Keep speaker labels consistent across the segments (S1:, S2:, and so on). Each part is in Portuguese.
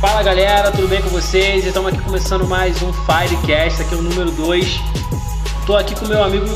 S1: Fala galera, tudo bem com vocês? Estamos aqui começando mais um Firecast, aqui é o número 2. Tô aqui com meu amigo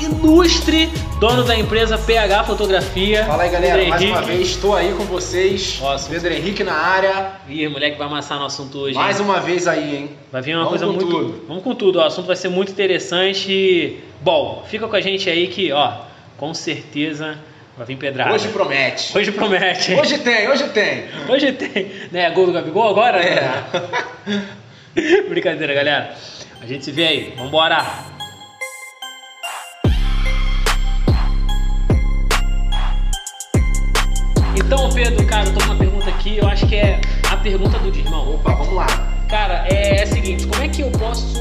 S1: ilustre, dono da empresa PH Fotografia.
S2: Fala aí galera,
S1: Pedro
S2: mais uma
S1: Henrique.
S2: vez estou aí com vocês.
S1: Ó, assunto-
S2: Pedro Henrique na área.
S1: Ih, moleque vai amassar no assunto hoje. hein?
S2: Mais uma vez aí, hein?
S1: Vai vir uma
S2: Vamos
S1: coisa
S2: com
S1: muito.
S2: tudo.
S1: Vamos com tudo, ó, o assunto vai ser muito interessante. e, Bom, fica com a gente aí que, ó, com certeza vai vir pedrada.
S2: Hoje promete.
S1: Hoje promete. hein?
S2: Hoje tem, hoje tem.
S1: Hoje tem. Né? Gol do Gabigol agora? Brincadeira, galera. A gente se vê aí. Vambora! Então, Pedro, cara, eu tô com uma pergunta aqui. Eu acho que é a pergunta do dia, irmão.
S2: Opa, vamos lá.
S1: Cara, é, é a seguinte: como é que eu posso.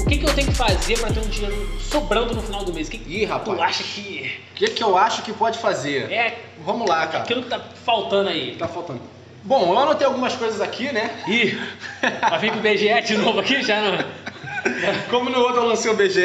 S1: O que, que eu tenho que fazer pra ter um dinheiro sobrando no final do mês? O que, que
S2: Ih, rapaz.
S1: tu acha que
S2: O que, que eu acho que pode fazer?
S1: é
S2: Vamos lá, cara.
S1: aquilo que tá faltando aí?
S2: Tá faltando. Bom, eu anotei algumas coisas aqui, né?
S1: Ih, vai vir com o BGE de novo aqui já não?
S2: Como no outro eu lancei o BGE,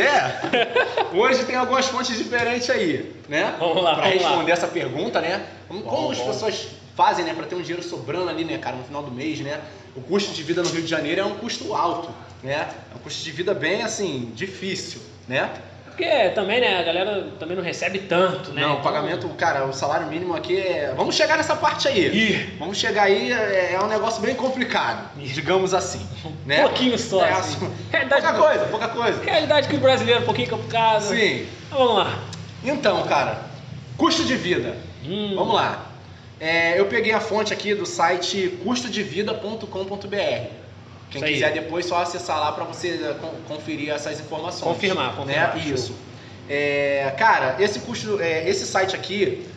S2: hoje tem algumas fontes diferentes aí, né?
S1: Vamos lá,
S2: Pra
S1: vamos lá.
S2: responder essa pergunta, né? Como, como
S1: Vamos,
S2: as
S1: vamos.
S2: pessoas fazem, né, pra ter um dinheiro sobrando ali, né, cara, no final do mês, né? O custo de vida no Rio de Janeiro é um custo alto, né? É um custo de vida bem, assim, difícil, né?
S1: Porque também, né, a galera também não recebe tanto, né?
S2: Não, o
S1: Então-
S2: pagamento, cara, o salário mínimo aqui é. Vamos chegar nessa parte aí.
S1: Então, Ih,
S2: Vamos chegar aí, é, é um negócio bem complicado,
S1: Ih.
S2: digamos assim. Né?
S1: pouquinho só.
S2: É,
S1: assim.
S2: assim,
S1: Realidade,
S2: Pouca coisa, pouca coisa.
S1: realidade que o brasileiro é um pouquinho complicado.
S2: Sim.
S1: Então, vamos lá.
S2: Então, cara, custo de vida.
S1: Hum,
S2: Vamos lá. É, eu peguei a fonte aqui do site custodevida.com.br. Quem
S1: Isso aí.
S2: quiser depois só acessar lá para você eh, con- conferir essas informações.
S1: Confirmar, confirmar.
S2: Né?
S1: Show.
S2: Isso. É, cara, esse custo, é, esse site aqui,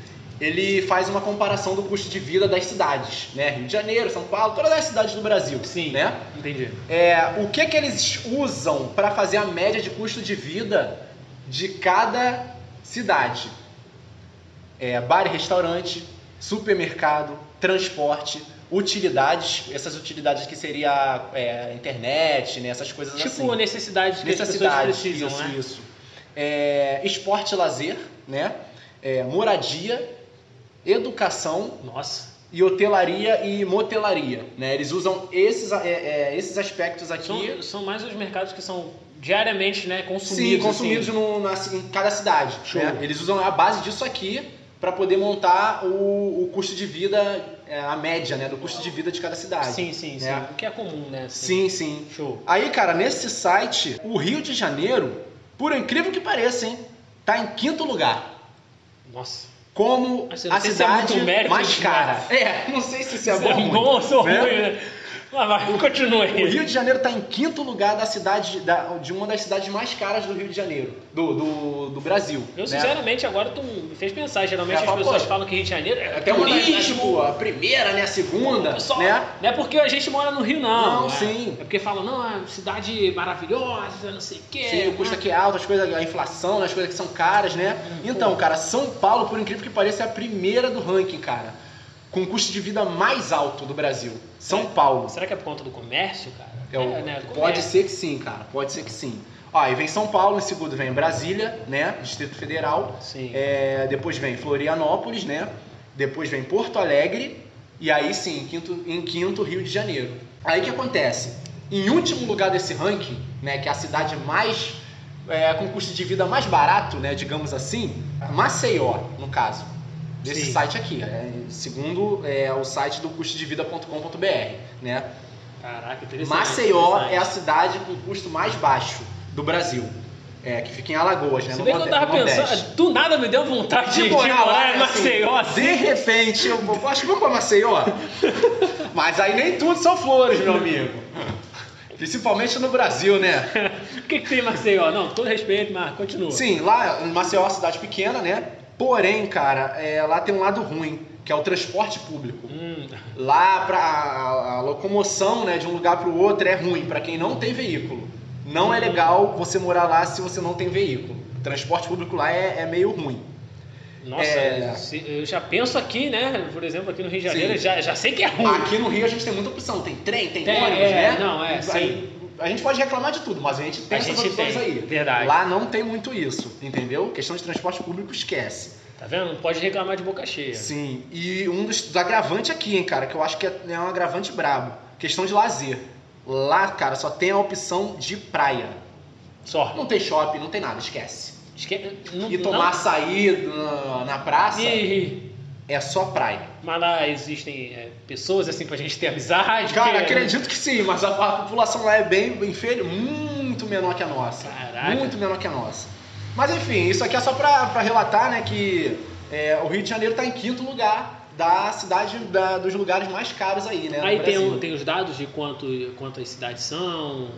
S2: ele faz uma comparação do custo de vida das cidades, né? Rio de Janeiro, São Paulo, todas as cidades do Brasil.
S1: Sim.
S2: Né?
S1: Entendi.
S2: É, o que que eles usam para fazer a média de custo de vida de cada cidade? É, bar e restaurante, supermercado, transporte, utilidades, essas utilidades que seria é, internet, né, essas coisas
S1: Tipo,
S2: assim.
S1: necessidades que
S2: Necessidades,
S1: as pessoas precisam,
S2: isso,
S1: né?
S2: isso. É, esporte e lazer, né? É, moradia, educação
S1: Nossa.
S2: e hotelaria e motelaria, né? Eles usam esses, é, é, esses aspectos aqui.
S1: São, são mais os mercados que são diariamente, né, consumidos.
S2: Sim, consumidos
S1: assim.
S2: no- na- em cada cidade.
S1: Show.
S2: né? Eles usam a base disso aqui para poder montar o, o custo de vida, é, a média né, do custo de vida de cada cidade.
S1: Sim, sim, sim.
S2: né?
S1: O que é comum, né? assim.
S2: sim, sim.
S1: Show.
S2: Aí, cara, nesse site, o Rio de Janeiro, por incrível que pareça, hein, tá em quinto lugar.
S1: Nossa.
S2: Como
S1: Assim, não
S2: a
S1: sei se é muito
S2: cidade
S1: mérito
S2: mais
S1: de
S2: cara. É, não sei se isso é
S1: Isso
S2: bom.
S1: é
S2: ou ruim,
S1: bom ou sou
S2: né?
S1: ruim, né? Mas vai, continue aí.
S2: O Rio de Janeiro está em quinto lugar da cidade, da- de uma das cidades mais caras do Rio de Janeiro, do, do, do Brasil.
S1: Eu,
S2: né?
S1: sinceramente, agora tu me fez pensar. Geralmente
S2: É,
S1: as
S2: fala,
S1: pessoas
S2: pô,
S1: falam que Rio de Janeiro é
S2: Até uma das- tipo,
S1: turismo.
S2: a primeira, né? A segunda,
S1: Pessoal,
S2: né?
S1: Não é porque a gente mora no Rio, não.
S2: Não,
S1: é.
S2: sim.
S1: É porque falam, não, é cidade maravilhosa, não sei o quê.
S2: Sim, o custo aqui é alto, as coisas, a inflação, né, as coisas que são caras, né?
S1: Hum,
S2: Então,
S1: pô.
S2: cara, São Paulo, por incrível que pareça, é a primeira do ranking, cara. Com o custo de vida mais alto do Brasil. São Paulo.
S1: Será que é por conta do comércio, cara?
S2: É o-
S1: né, do
S2: Pode
S1: comércio.
S2: ser que sim, cara. Pode ser que sim. Ó, aí vem São Paulo, em segundo vem Brasília, né? Distrito Federal.
S1: Sim.
S2: É, depois vem Florianópolis, né? Depois vem Porto Alegre. E aí sim, em quinto, em quinto, Rio de Janeiro. Aí o que acontece? Em último lugar desse ranking, né? Que é a cidade mais. é, com custo de vida mais barato, né? Digamos assim, Maceió, no caso. Desse
S1: Sim.
S2: site aqui. é, segundo é, o site do custodevida.com.br, né?
S1: Caraca, interessante.
S2: Maceió
S1: interessante.
S2: é a cidade com o custo mais baixo do Brasil. É, que fica em Alagoas, né?
S1: Se
S2: no
S1: bem que eu
S2: Norde-
S1: tava
S2: Nordeste.
S1: pensando, do nada me deu vontade de, de
S2: morar
S1: morar,
S2: lá,
S1: em
S2: né, assim,
S1: Maceió. assim.
S2: De repente, eu eu acho que vou pra Maceió. Mas aí nem tudo são flores, meu amigo. Principalmente no Brasil, né?
S1: O que, que tem em Maceió? Não, todo respeito, mas continua.
S2: Sim, lá em Maceió é uma cidade pequena, né? Porém, cara, é, lá tem um lado ruim, que é o transporte público.
S1: Hum,
S2: Lá pra, a, a locomoção né, de um lugar pro outro é ruim pra quem não tem veículo. Não é legal você morar lá se você não tem veículo. O transporte público lá é, é meio ruim.
S1: Nossa,
S2: É.
S1: se- eu já penso aqui, né? Por exemplo, aqui no Rio de Janeiro,
S2: Sim.
S1: já, já sei que é ruim.
S2: Aqui no Rio a gente tem muita opção. Tem trem, tem,
S1: Tem,
S2: ônibus,
S1: é,
S2: né?
S1: não, é,
S2: Aí, a gente pode reclamar de tudo, mas a gente tem
S1: A
S2: essas
S1: gente
S2: opções
S1: tem,
S2: aí.
S1: verdade.
S2: Lá não tem muito isso, entendeu? Questão de transporte público, esquece.
S1: Tá vendo? Não pode reclamar de boca cheia.
S2: Sim, e um dos, dos agravantes aqui, hein, cara, que eu acho que é, é um é agravante brabo. Questão de lazer. Lá, cara, só tem a opção de praia.
S1: Só.
S2: Não tem shopping, não tem nada, esquece.
S1: Esque... Não,
S2: E tomar açaí na, na praça
S1: não... Ih,
S2: é só praia.
S1: Mas lá existem é, pessoas assim pra gente ter amizade.
S2: Cara,
S1: que-
S2: acredito que sim, mas a, a população lá é bem, bem feia, muito menor que a nossa.
S1: Caraca.
S2: Muito menor que a nossa. Mas enfim, isso aqui é só pra, pra relatar, né, que é, o Rio de Janeiro tá em quinto lugar da cidade, da- dos lugares mais caros aí, né, no
S1: Aí tem,
S2: Brasil.
S1: o- tem os dados de quanto, quantas cidades são.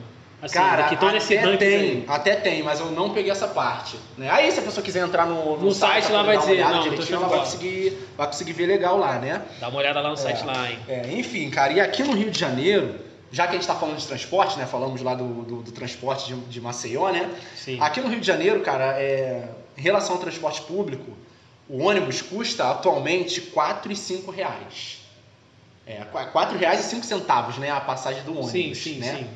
S1: Assim,
S2: Cara,
S1: que estão
S2: até
S1: nesse ranking.
S2: tem, até tem, mas eu não peguei essa parte. né? Aí se a pessoa quiser entrar no,
S1: No site,
S2: pra
S1: lá vai
S2: poder dar uma
S1: dizer,
S2: olhada
S1: não, tô show
S2: direitinho,
S1: de
S2: ela vai
S1: bola.
S2: conseguir, vai conseguir ver legal lá, né?
S1: Dá uma olhada lá no site lá, hein?
S2: É, enfim, cara, e aqui no Rio de Janeiro, já que a gente tá falando de transporte, né? Falamos lá do, do, do transporte de, de Maceió, né?
S1: Sim.
S2: Aqui no Rio de Janeiro, cara, é, em relação ao transporte público, o ônibus custa atualmente R$ 4,05 reais. É, R$ 4,05, né? A passagem do ônibus.
S1: sim, sim,
S2: né?
S1: sim.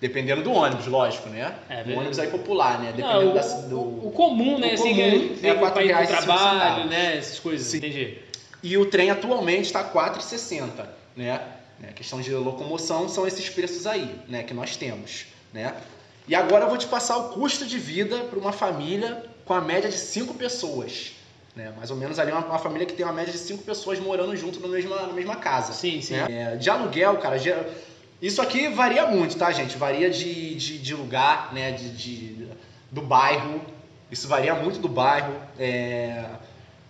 S2: Dependendo do ônibus, lógico, né?
S1: É,
S2: o
S1: beleza.
S2: ônibus aí popular, né?
S1: Não,
S2: Dependendo
S1: o,
S2: da ci- do...
S1: o comum, né?
S2: o
S1: assim,
S2: comum
S1: que
S2: é
S1: pra
S2: quatro
S1: ir pro
S2: reais e cinco
S1: trabalho,
S2: centavos.
S1: né? Essas coisas.
S2: Sim.
S1: Entendi.
S2: E o trem atualmente tá está 4,60, né? Né, questão de locomoção são esses preços aí, né? Que nós temos, né? E agora eu vou te passar o custo de vida para uma família com a média de 5 pessoas. Né? Mais ou menos ali uma, uma família que tem uma média de 5 pessoas morando junto na mesma, na mesma casa.
S1: Sim, sim.
S2: né? É, de aluguel, cara, ge- isso aqui varia muito, tá, gente? Varia de, de, de lugar, né? De, de- do bairro. Isso varia muito do bairro. É,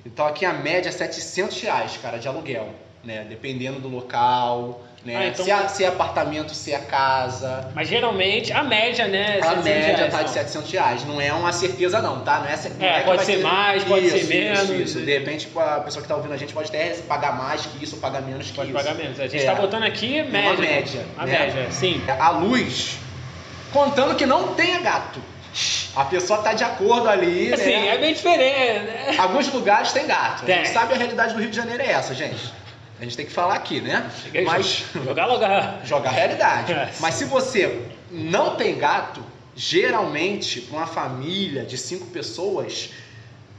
S2: Então aqui a média é 700 reais, cara, de aluguel, né? Dependendo do local, né?
S1: Ah, então-
S2: se, é, se é apartamento, se é casa.
S1: Mas geralmente a média, né? é
S2: A
S1: 700
S2: média
S1: reais,
S2: tá de
S1: só.
S2: 700 reais. Não é uma certeza, não, tá? Não é, cer- não
S1: É,
S2: que
S1: pode
S2: vai
S1: ser mais, pode ser
S2: Isso,
S1: menos.
S2: Isso, isso. De repente, a pessoa que tá ouvindo a gente pode até pagar mais que isso, pagar menos que
S1: Pode
S2: isso.
S1: pagar menos. A gente
S2: É.
S1: tá botando aqui média.
S2: Uma média.
S1: A
S2: né?
S1: média, sim.
S2: A luz, contando que não tenha gato. A pessoa tá de acordo ali,
S1: Assim,
S2: né?
S1: é bem diferente, né?
S2: Alguns lugares tem gato. A gente
S1: Tem.
S2: sabe a realidade do Rio de Janeiro é essa, gente. A gente tem que falar aqui, né?
S1: Cheguei,
S2: Mas
S1: Jogar lugar.
S2: joga a realidade.
S1: É.
S2: Mas se você não tem gato, geralmente, para uma família de cinco pessoas,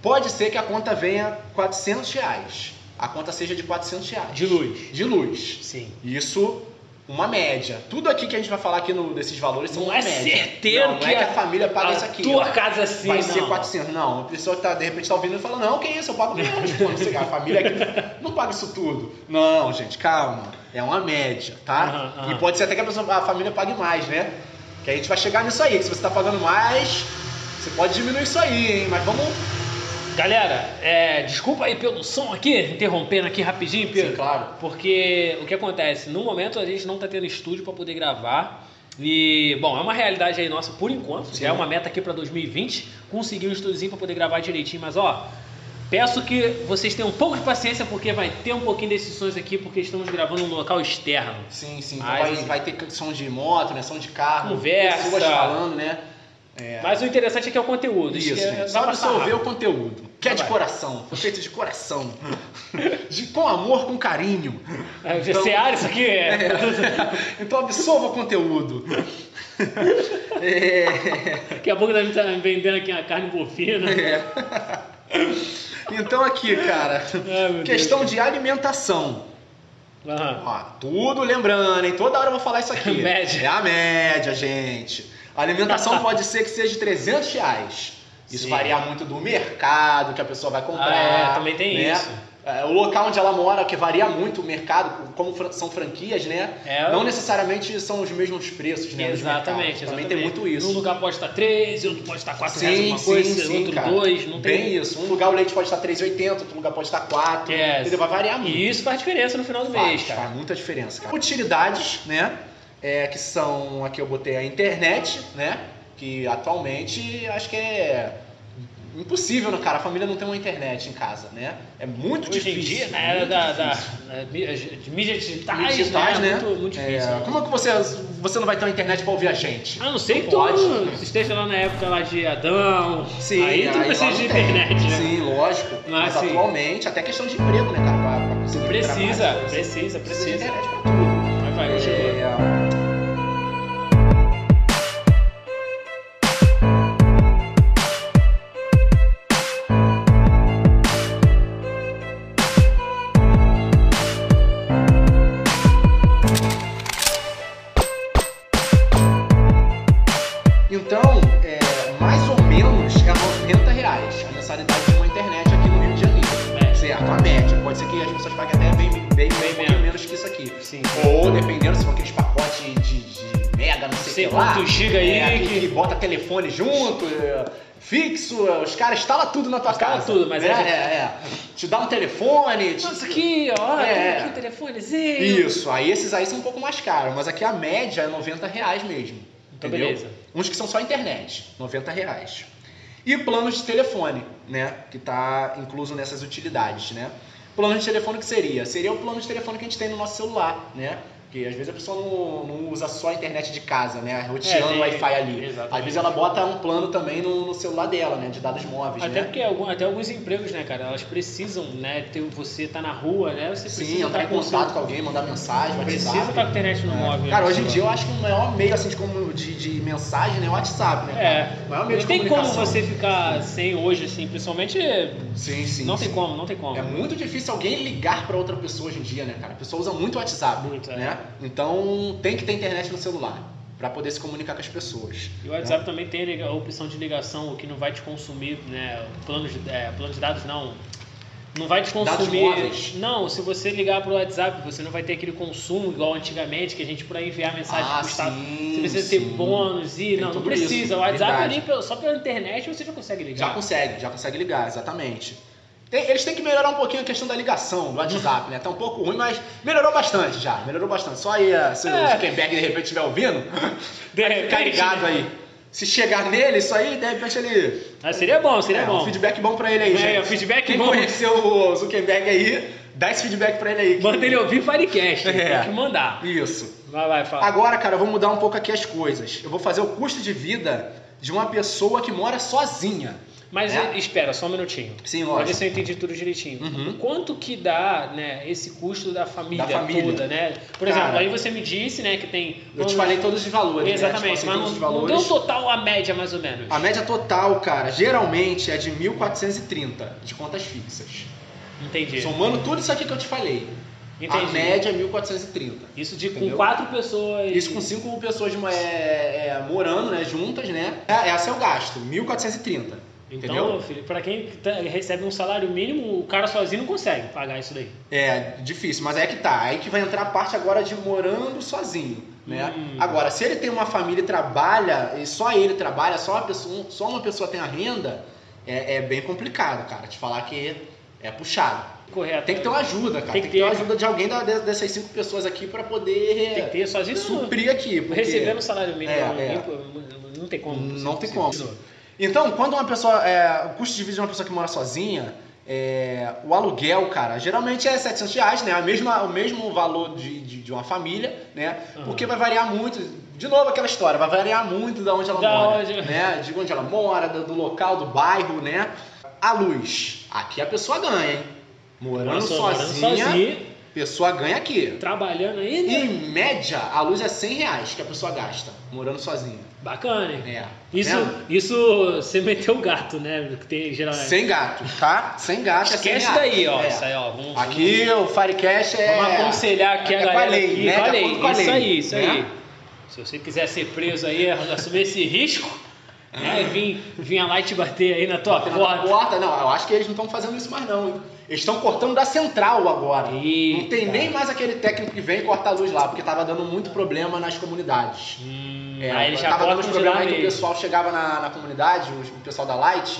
S2: pode ser que a conta venha 400 reais. A conta seja de 400 reais.
S1: De luz.
S2: De luz.
S1: Sim.
S2: Isso, uma média. Tudo aqui que a gente vai falar aqui no- desses valores são
S1: Não
S2: uma
S1: é
S2: média.
S1: certeiro
S2: não, não
S1: que
S2: é que
S1: a-
S2: a família paga
S1: a
S2: isso aqui.
S1: tua
S2: ó.
S1: casa sim,
S2: Vai
S1: não.
S2: ser 400. Não, a pessoa que tá, de repente tá ouvindo e fala, não, que isso, eu pago menos. Pô, não sei, a família aqui não paga isso tudo. Não, gente, calma. É uma média, tá?
S1: Aham, aham.
S2: E pode ser até que a, pessoa- a família pague mais, né? Que a gente vai chegar nisso aí. Que se você tá pagando mais, você pode diminuir isso aí, hein? Mas vamos...
S1: Galera, é, desculpa aí pelo som aqui, interrompendo aqui rapidinho, Pedro.
S2: Sim, claro.
S1: Porque o que acontece? No momento a gente não tá tendo estúdio para poder gravar. E, bom, é uma realidade aí nossa por enquanto.
S2: Sim.
S1: Já é uma meta aqui para 2020. Conseguir um estúdiozinho para poder gravar direitinho, mas ó. Peço que vocês tenham um pouco de paciência, porque vai ter um pouquinho desses sons aqui, porque estamos gravando num local externo.
S2: Sim, sim. Então
S1: Mas,
S2: vai,
S1: assim,
S2: vai ter som de moto, né? Som de carro.
S1: Conversa.
S2: Pessoas falando, né? É.
S1: Mas o interessante é que é o conteúdo.
S2: Isso,
S1: Acho que é-
S2: gente.
S1: vai
S2: Só
S1: passar
S2: absorver
S1: rápido.
S2: o conteúdo. Que é de
S1: Vai.
S2: coração. Foi feito de coração. De, com amor, com carinho.
S1: É,
S2: Então-
S1: GCA, isso aqui é.
S2: Então absorva o conteúdo. É.
S1: Daqui a pouco a gente tá vendendo aqui a carne bovina.
S2: É. Então aqui, cara.
S1: Ai, meu
S2: Questão de alimentação.
S1: Deus. Aham.
S2: Ó, tudo lembrando, hein? Toda hora eu vou falar isso aqui.
S1: Média.
S2: É a média, gente. A alimentação pode ser que seja de 300 reais. Isso
S1: Sim.
S2: varia muito do mercado que a pessoa vai comprar.
S1: Ah, é, também tem
S2: né?
S1: isso.
S2: É, O local onde ela mora, que varia muito o mercado, como fran- são franquias, né?
S1: É.
S2: Não necessariamente são os mesmos preços, né? dos mercados.
S1: Exatamente,
S2: Também
S1: exatamente.
S2: tem muito
S1: Num
S2: isso.
S1: lugar pode estar 13, outro pode estar 4 reais
S2: Sim,
S1: alguma
S2: sim,
S1: coisa,
S2: sim,
S1: outro
S2: cara.
S1: 2, não
S2: Bem
S1: tem.
S2: isso. Um lugar o leite pode estar 3,80, outro lugar pode estar 4.
S1: É.
S2: Entendeu? Vai variar muito.
S1: E isso faz diferença no final do mês,
S2: Faz,
S1: cara.
S2: faz muita diferença, cara. Utilidades, né? É, que são, aqui eu botei a internet, né? Que atualmente acho que é impossível, né, cara? A família não tem uma internet em casa, né? É muito
S1: Hoje em
S2: difícil. né?
S1: dia, na era
S2: muito
S1: da, da,
S2: difícil.
S1: da- de mídias digitais,
S2: digitais,
S1: né?
S2: né?
S1: Muito, muito
S2: É,
S1: difícil.
S2: como é que você, você não vai ter uma internet pra ouvir a gente?
S1: A não ser que
S2: Pode.
S1: tu esteja lá na época lá de Adão. aí tu
S2: lá
S1: precisa
S2: não
S1: de
S2: tem.
S1: internet, né?
S2: Sim, lógico.
S1: Ah,
S2: Mas
S1: sim.
S2: atualmente, até questão de emprego, né, cara? Pra, pra É. conseguir
S1: Precisa,
S2: trabalho,
S1: precisa,
S2: Precisa de
S1: precisa.
S2: internet pra tudo.
S1: Vai, vai, continua.
S2: É, Então, é, Ou dependendo se for aqueles pacotes de, de mega, não sei,
S1: Sei
S2: que lá.
S1: quantos giga aí
S2: é, que...
S1: que-
S2: que bota telefone junto, é, fixo, é, os caras instalam tudo na tua
S1: Instala
S2: casa.
S1: tudo, mas
S2: é,
S1: é-
S2: é, é. Te dá um telefone, te-
S1: Nossa, aqui, ó,
S2: É.
S1: aqui o telefonezinho.
S2: Isso, aí esses aí são um pouco mais caros, mas aqui a média é 90 reais mesmo.
S1: Então,
S2: entendeu?
S1: beleza.
S2: Uns que são só internet, 90 reais. E planos de telefone, né? Que tá incluso nessas utilidades, né? Plano de telefone que seria? Seria o plano de telefone que a gente tem no nosso celular, né? Porque às vezes a pessoa não, não usa só a internet de casa, né? Roteando
S1: tem-
S2: o Wi-Fi ali.
S1: É, exatamente.
S2: Às vezes ela bota um plano também no, no celular dela, né? De dados móveis,
S1: Até
S2: né?
S1: porque algum- até alguns empregos, né, cara, elas precisam, né, ter, você tá na rua, né, você
S2: Sim,
S1: precisa
S2: entrar em
S1: tá com o seu-
S2: contato com alguém, mandar mensagem,
S1: Precisa
S2: WhatsApp.
S1: estar com internet no móvel.
S2: Cara,
S1: né,
S2: hoje em
S1: pessoal?
S2: dia eu acho que o maior meio assim, de, como- de, de mensagem né, é o WhatsApp, né? cara?
S1: É.
S2: O maior meio de
S1: Não tem como
S2: comunicação.
S1: você ficar sem hoje, assim, principalmente.
S2: Sim, sim.
S1: não
S2: sim.
S1: tem como, não tem como.
S2: É muito difícil alguém ligar pra outra pessoa hoje em dia, né, cara? A pessoa usa muito o WhatsApp,
S1: Muito, é.
S2: né? Então tem que ter internet no celular pra poder se comunicar com as pessoas. né?
S1: E o WhatsApp também tem liga- a opção de ligação, o que não vai te consumir, né? Plano de, é, plano de dados não. Não vai te
S2: Dados
S1: consumir.
S2: móveis?
S1: não, se você ligar pro WhatsApp, você não vai ter aquele consumo igual antigamente, que a gente para enviar mensagem
S2: Ah,
S1: custava.
S2: sim,
S1: Você precisa
S2: sim.
S1: ter bônus e.
S2: Tem
S1: não, não
S2: tudo isso,
S1: precisa. o WhatsApp
S2: verdade.
S1: ali, pelo- só pela internet você já consegue
S2: Já
S1: ligar.
S2: consegue, já consegue ligar, exatamente. Tem- eles têm que melhorar um pouquinho a questão da ligação do WhatsApp, né? Tá um pouco ruim, mas melhorou bastante já. Melhorou bastante. Só aí, eh, se
S1: É.
S2: o Zuckerberg de repente estiver ouvindo,
S1: De
S2: ficar
S1: repente,
S2: ligado
S1: né?
S2: aí. Se chegar nele, isso aí, de repente ele
S1: Ah, seria bom, seria
S2: é,
S1: bom.
S2: Um feedback bom pra ele aí,
S1: É,
S2: gente.
S1: um feedback
S2: Quem
S1: bom.
S2: conheceu o Zuckerberg aí, dá esse feedback pra ele aí. que-
S1: Manda ele ouvir Firecast,
S2: É.
S1: tem que mandar.
S2: Isso.
S1: Vai, vai, fala.
S2: Agora, cara, eu vou mudar um pouco aqui as coisas. Eu vou fazer o custo de vida de uma pessoa que mora sozinha.
S1: Mas
S2: É.
S1: eh, espera, só um minutinho.
S2: Sim,
S1: Pra ver
S2: lógico.
S1: se eu entendi tudo direitinho.
S2: Uhum.
S1: Quanto que dá né, esse custo da família,
S2: Da família.
S1: toda, né? Por
S2: Cara.
S1: exemplo, aí você me disse né, que tem.
S2: Eu te falei todos os valores. Né?
S1: Exatamente,
S2: Te passei todos
S1: mas
S2: os
S1: não, não deu
S2: valores.
S1: um total a média, mais ou menos.
S2: A média total, cara, geralmente é de 1.430 de contas fixas.
S1: Entendi.
S2: Somando tudo isso aqui que eu te falei.
S1: Entendi.
S2: A média é 1.430.
S1: Isso de com
S2: Entendeu?
S1: quatro pessoas.
S2: Isso com cinco pessoas é, é, morando, né, juntas, né? É, esse é o gasto, 1.430.
S1: Então,
S2: entendeu?
S1: filho, pra quem tá- recebe um salário mínimo, o cara sozinho não consegue pagar isso daí.
S2: É, difícil, mas é que tá. Aí que vai entrar a parte agora de morando sozinho, né?
S1: Hum.
S2: Agora, se ele tem uma família e trabalha, e só ele trabalha, só uma pessoa, um- só uma pessoa tem a renda, é, é bem complicado, cara. Te falar que é puxado.
S1: Correto.
S2: Tem que ter um uma ajuda, cara.
S1: Tem
S2: Tem
S1: que
S2: que, ter a
S1: ter.
S2: ajuda de alguém da- de- dessas cinco pessoas aqui pra poder
S1: Tem que ter, sozinho não.
S2: suprir aqui. Porque...
S1: Recebendo um salário mínimo,
S2: É, é.
S1: limpo, não tem como.
S2: Não tem
S1: Você-
S2: como.
S1: você-
S2: Então, quando uma pessoa. é, o custo de vida de uma pessoa que mora sozinha, é, o aluguel, cara, geralmente é 700 reais, né? A mesma, o mesmo valor de, de, de uma família, né?
S1: Aham.
S2: Porque vai variar muito. De novo aquela história, vai variar muito da onde ela
S1: Da
S2: mora.
S1: onde-
S2: Né? De onde ela mora, do, do local, do bairro, né? A luz. Aqui a pessoa ganha, hein? Morando
S1: Nossa,
S2: sozinha,
S1: morando sozinho,
S2: a pessoa ganha aqui.
S1: trabalhando aí, né?
S2: Em média, a luz é 100 reais que a pessoa gasta morando sozinha.
S1: Bacana, hein?
S2: É.
S1: Isso,
S2: Vendo?
S1: isso você meteu o gato, né? Que tem geralmente.
S2: Sem gato, tá? Sem gato é
S1: Esquece
S2: sem
S1: daí, ó.
S2: É.
S1: Isso aí, ó. Vamos,
S2: Aqui o Firecast é.
S1: vamos aconselhar aqui a
S2: é com a
S1: galera.
S2: lei,
S1: aqui,
S2: né?
S1: com a
S2: De
S1: lei.
S2: acordo com a
S1: Isso
S2: lei,
S1: aí, isso
S2: né?
S1: aí. Se você quiser ser preso aí, é assumir esse risco, né? Vim, vim lá e te bater aí na tua
S2: Tá na
S1: porta.
S2: porta. É. Não, eu acho que eles não estão fazendo isso mais, não. hein? Eles estão cortando da central agora. Não tem
S1: Eita.
S2: nem mais aquele técnico que vem cortar a luz lá, porque tava dando muito problema nas comunidades.
S1: Hum,
S2: É,
S1: aí ele já
S2: tava dando
S1: pode
S2: uns
S1: continuar
S2: problemas aí que o
S1: mesmo.
S2: pessoal chegava na, na comunidade, os- o pessoal da Light,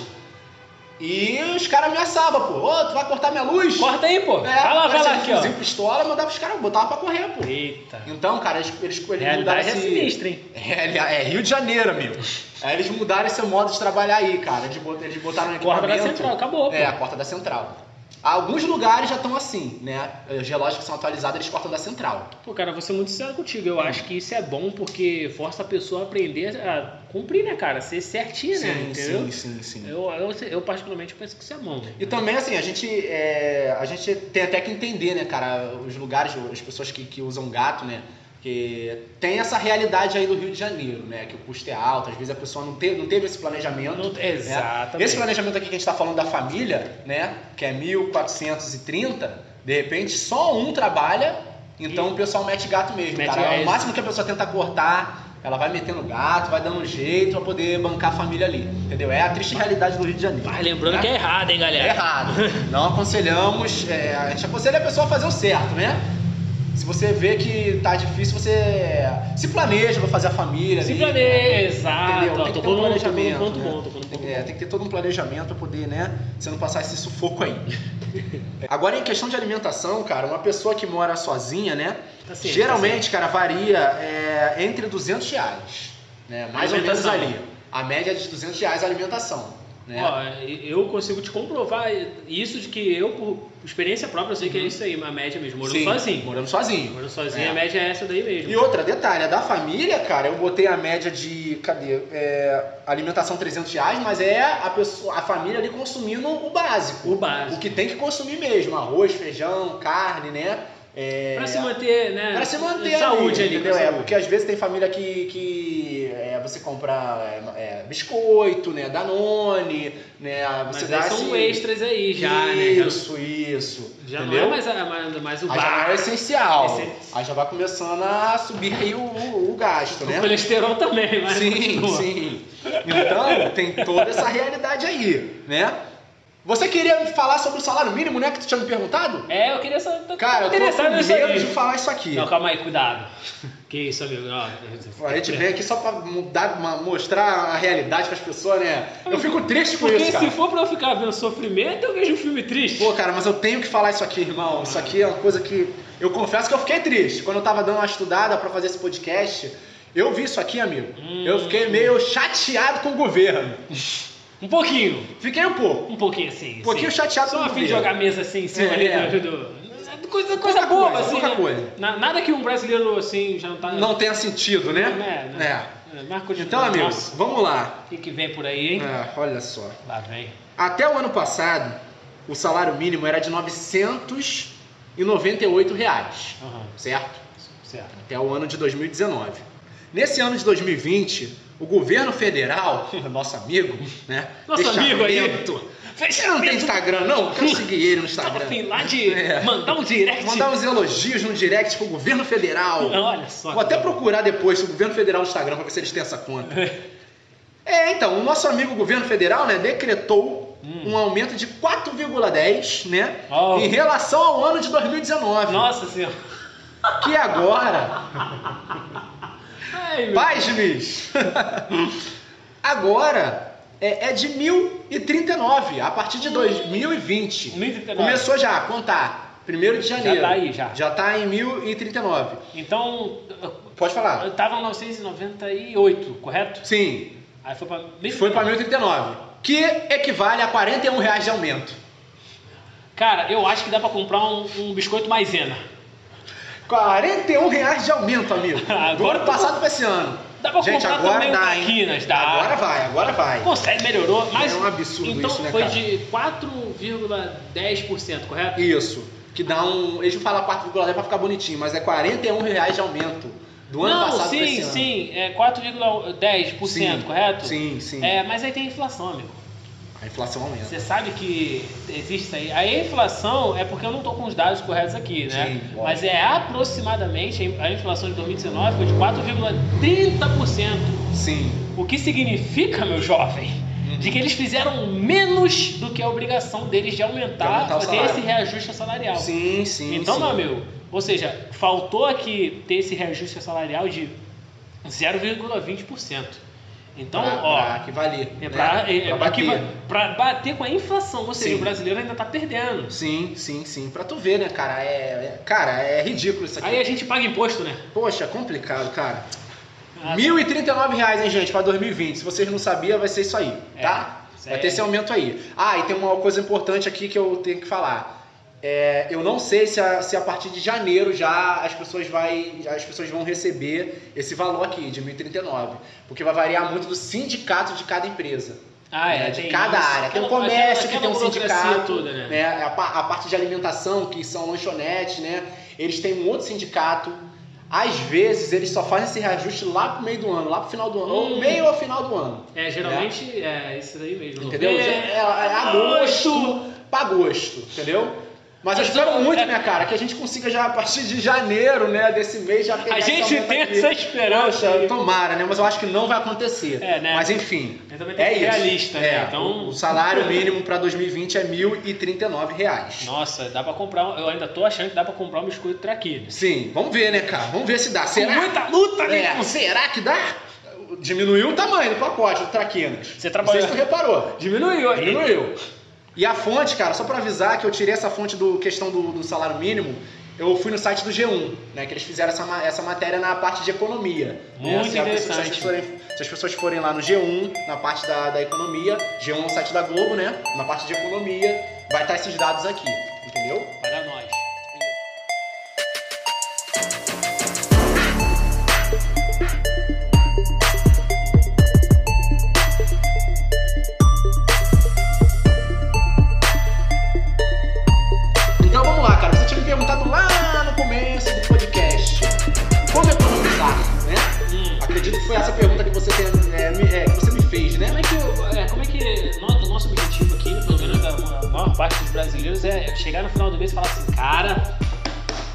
S2: e os caras ameaçavam, pô. Ô, tu vai cortar minha luz?
S1: Corta aí, pô.
S2: É,
S1: vai lá, vai lá
S2: aparecia
S1: aqui,
S2: um
S1: ó.
S2: fuzil, pistola, mandava os caras, botava pra correr, pô.
S1: Eita.
S2: Então, cara, eles, eles, eles mudaram
S1: Realidade é
S2: esse-
S1: sinistra, hein?
S2: É, ele- é Rio de Janeiro, amigo. Aí eles mudaram esse modo de trabalhar aí, cara. Eles bot- eles botaram um
S1: Corta da
S2: equipamento-
S1: central, acabou, pô.
S2: É, a corta da central. Alguns lugares já estão assim, né? Os relógios que são atualizados, eles cortam da central.
S1: Pô, cara, vou ser muito sincero contigo. Eu acho que isso é bom porque força a pessoa a aprender a cumprir, né, cara? Ser certinha, né? Entendeu?
S2: sim, sim, sim.
S1: Eu, eu, eu particularmente penso que isso é bom. né?
S2: E também, assim, a gente, é, a gente tem até que entender, né, cara, os lugares, as pessoas que, que usam gato, né? Que tem essa realidade aí do Rio de Janeiro, né? Que o custo é alto, às vezes a pessoa não teve, não teve esse planejamento.
S1: Não- exatamente.
S2: Esse planejamento aqui que a gente está falando da família, né? Que é 1430, de repente só um trabalha, então
S1: E-
S2: o pessoal mete gato mesmo,
S1: Mete
S2: cara. É
S1: gato.
S2: o máximo que a pessoa tenta cortar, ela vai metendo gato, vai dando um jeito pra poder bancar a família ali, entendeu? É a triste realidade do Rio de Janeiro.
S1: Mas lembrando
S2: né?
S1: que é errado, hein, galera?
S2: É errado. Não aconselhamos, é, a gente aconselha a pessoa a fazer o certo, né? Se você vê que tá difícil, você se planeja pra fazer a família.
S1: Se
S2: ali,
S1: planeja, exato. é
S2: Entendeu?
S1: ó,
S2: Tem
S1: Tocou num
S2: que ter um
S1: tocou num
S2: planejamento,
S1: ponto
S2: né?
S1: bom, tocou num ponto
S2: É,
S1: bom.
S2: tem que ter todo um planejamento pra poder, né? Você não passar esse sufoco aí. Agora, em questão de alimentação, cara, uma pessoa que mora sozinha, né?
S1: Assim,
S2: geralmente, cara, varia é, entre 200 reais, né? Mais ou menos
S1: Alimentação.
S2: ali. A média é de 200 reais a alimentação, né?
S1: Ó, eu consigo te comprovar isso de que eu, por experiência própria, eu sei que é isso aí, uma média mesmo. Morando
S2: Uhum. Sim,
S1: sozinho.
S2: Morando sozinho.
S1: Morando sozinho,
S2: É.
S1: a média é essa daí mesmo.
S2: E outra, detalhe, a da família, cara, eu botei a média de, cadê? É, alimentação 300 reais, mas é a, pessoa, a família ali consumindo o básico.
S1: O básico.
S2: O que tem que consumir mesmo, arroz, feijão, carne, né? É,
S1: Pra se manter, né?
S2: Pra se manter
S1: Saúde ali,
S2: entendeu?
S1: pra
S2: É,
S1: saúde.
S2: porque às vezes tem família que, que é, você compra é, é, biscoito, né, Danone, né, você
S1: Mas
S2: dá
S1: aí são
S2: esse-
S1: extras aí já, né?
S2: Isso, isso.
S1: Já, já não
S2: entendeu?
S1: é mais, a- mais, mais o
S2: Aí já não
S1: bar.
S2: é essencial.
S1: Esse-
S2: Aí já vai começando a subir aí o, o- o gasto,
S1: O
S2: né?
S1: colesterol também, mas
S2: Sim,
S1: continua.
S2: sim. Então, tem toda essa realidade aí, né? Você queria falar sobre o salário mínimo, né? Que tu tinha me perguntado?
S1: É, eu queria saber.
S2: Cara, eu tô com
S1: interessado nisso
S2: medo de
S1: aí.
S2: falar isso aqui.
S1: Não, calma aí, cuidado. Que isso, amigo. ó. É.
S2: A gente vem aqui só pra mudar- uma- mostrar a realidade pras pessoas, né? Eu fico triste com
S1: Porque
S2: isso,
S1: se
S2: cara.
S1: for pra eu ficar vendo sofrimento, eu vejo um filme triste.
S2: Pô, cara, mas eu tenho que falar isso aqui, irmão. Isso aqui é uma coisa que. Eu confesso que eu fiquei triste. Quando eu tava dando uma estudada pra fazer esse podcast, eu vi isso aqui, amigo.
S1: Hum.
S2: Eu fiquei meio chateado com o governo.
S1: Um pouquinho.
S2: Fiquei um pouco.
S1: Um pouquinho assim.
S2: Um pouquinho
S1: sim.
S2: chateado
S1: Só
S2: com o
S1: a fim de
S2: governo.
S1: jogar mesa assim em cima
S2: É,
S1: ali
S2: é.
S1: do. do- do- Coisa, coisa
S2: Pouca
S1: boba,
S2: coisa,
S1: assim.
S2: pouca
S1: né?
S2: coisa.
S1: Na- nada que um brasileiro assim já não tá.
S2: Não tenha sentido, né?
S1: É, né? É, Marco de
S2: Então, amigos,
S1: Nossa,
S2: vamos lá.
S1: O que, que vem por aí, hein?
S2: Ah, olha só.
S1: Lá vem.
S2: Até o ano passado, o salário mínimo era de R$ 998 reais,
S1: Aham,
S2: certo?
S1: certo.
S2: até o ano de 2019. Nesse ano de 2020, o governo federal, nosso amigo, né?
S1: Nosso
S2: deixa
S1: amigo aí. Tá
S2: quieto. Você não tem Instagram, não? Eu Quero seguir ele no
S1: Tava
S2: Instagram.
S1: afim lá de
S2: É.
S1: mandar um direct.
S2: Mandar uns elogios no direct pro governo federal.
S1: Olha só.
S2: Vou até procurar depois o governo federal no Instagram pra ver se eles têm essa conta. É, então, o nosso amigo governo federal, né, decretou
S1: Hum.
S2: um aumento de 4,10, né,
S1: Oh.
S2: em relação ao ano de 2019,
S1: Nossa senhora.
S2: que agora
S1: Ai, meu
S2: Pasmes! Agora é, é de 1039, a partir de 2020.
S1: Muito interessante.
S2: Começou já a contar, 1 de janeiro.
S1: Já tá aí, já.
S2: Já tá em 1039.
S1: Então,
S2: Pode falar.
S1: eu tava em 998, correto?
S2: Sim,
S1: Aí foi pra...
S2: foi pra 1039. Que equivale a 41 reais de aumento.
S1: Cara, eu acho que dá pra comprar um, um biscoito maisena.
S2: 41 reais de aumento, amigo. Do
S1: Agora
S2: ano passado pra esse ano.
S1: Dá pra
S2: Gente,
S1: comprar
S2: agora
S1: também um
S2: dá, hein?
S1: Taquinas, dá.
S2: Agora vai, agora vai.
S1: Consegue, melhorou, mas...
S2: É um absurdo
S1: Então
S2: isso, né,
S1: foi
S2: cara?
S1: de 4,10%, correto?
S2: Isso. Que dá um. Eles não falam 4,10 pra ficar bonitinho, mas é 41 reais de aumento. Do ano
S1: Não,
S2: passado pra
S1: sim,
S2: esse ano.
S1: sim, é 4,10%,
S2: Sim,
S1: correto?
S2: Sim, sim.
S1: É, mas aí tem inflação, amigo.
S2: A inflação aumenta.
S1: Você sabe que existe isso aí. A inflação é porque eu não estou com os dados corretos aqui, né?
S2: Sim, lógico.
S1: Mas é aproximadamente a inflação de 2019 foi de 4,30%.
S2: Sim.
S1: O que significa, meu jovem, de que eles fizeram menos do que a obrigação deles de
S2: De
S1: aumentar,
S2: aumentar o
S1: fazer
S2: salário.
S1: esse reajuste salarial.
S2: Sim, sim.
S1: então,
S2: sim.
S1: meu amigo, ou seja, faltou aqui ter esse reajuste salarial de 0,20%. Então,
S2: pra,
S1: ó,
S2: Ah, Pra que valer.
S1: é pra,
S2: né?
S1: é,
S2: Pra
S1: é pra que va- pra bater com a inflação, ou seja,
S2: Sim.
S1: o brasileiro ainda tá perdendo.
S2: Sim, sim, sim. Pra tu ver, né, cara? É, é- cara, é ridículo isso aqui.
S1: Aí a gente paga imposto, né?
S2: Poxa, é complicado, cara.
S1: Ah,
S2: R$ 1.039 reais, hein, gente, pra 2020. Se vocês não sabiam, vai ser isso aí,
S1: É,
S2: tá?
S1: isso
S2: Vai
S1: aí.
S2: ter esse aumento aí. Ah, e tem uma coisa importante aqui que eu tenho que falar. É, eu não sei se a, se a partir de janeiro já as pessoas, vai, as pessoas vão receber esse valor aqui, de 1.039. Porque vai variar muito do sindicato de cada empresa.
S1: Ah, é,
S2: né, de
S1: tem
S2: cada
S1: isso.
S2: área. Tem o
S1: Aquela-
S2: comércio,
S1: aquela-
S2: que tem um
S1: aquela burocracia
S2: sindicato,
S1: toda, né?
S2: né, a, pa- a parte de alimentação, que são lanchonetes, né? Eles têm um outro sindicato. Às vezes eles só fazem esse reajuste lá pro meio do ano, lá pro final do ano, ou
S1: Hum.
S2: meio ou final do ano.
S1: É, geralmente é isso aí mesmo.
S2: Entendeu? É,
S1: É,
S2: é agosto pra agosto, entendeu? Mas eu
S1: Mas
S2: espero
S1: eu-
S2: muito,
S1: é-
S2: né, cara, que a gente consiga já a partir de janeiro, né, desse mês já pegar
S1: A
S2: esse
S1: gente
S2: aumento
S1: tem
S2: tá aqui.
S1: essa esperança.
S2: Poxa, tomara, né? Mas eu acho que não vai acontecer.
S1: É, né?
S2: Mas enfim.
S1: Eu também
S2: É
S1: tenho que ser
S2: isso.
S1: realista, né?
S2: É,
S1: Então,
S2: O salário mínimo para 2020 é R$ 1.039. reais.
S1: nossa, dá pra comprar. um- Eu ainda tô achando que dá pra comprar um biscoito traquilho.
S2: Sim, vamos ver, né, cara? Vamos ver se dá. Será?
S1: Com muita luta, né?
S2: É, será que dá? Diminuiu o tamanho do pacote do Traquinas.
S1: Você trabalhou-
S2: Não sei se tu reparou.
S1: Diminuiu aí.
S2: Diminuiu. E a fonte, cara, só pra avisar que eu tirei essa fonte do questão do, do salário mínimo, eu fui no site do G1, né? Que eles fizeram essa, ma- essa matéria na parte de economia. né?
S1: Muito
S2: Se a pessoa- se as
S1: interessante.
S2: pessoas forem- se as pessoas forem lá no G1, na parte da, da economia, G1 é o site da Globo, né? Na parte de economia, vai estar esses dados aqui, entendeu?
S1: Para nós.
S2: Então vamos lá, cara. Você tinha me perguntado lá no começo do podcast como é economizar, né?
S1: Hum.
S2: Acredito que foi essa pergunta que você, tem, é, me, é, que você me fez, né?
S1: Como é que, o- é, como é que no- o nosso objetivo aqui, pelo menos da ma- maior parte dos brasileiros, é chegar no final do mês e falar assim, cara,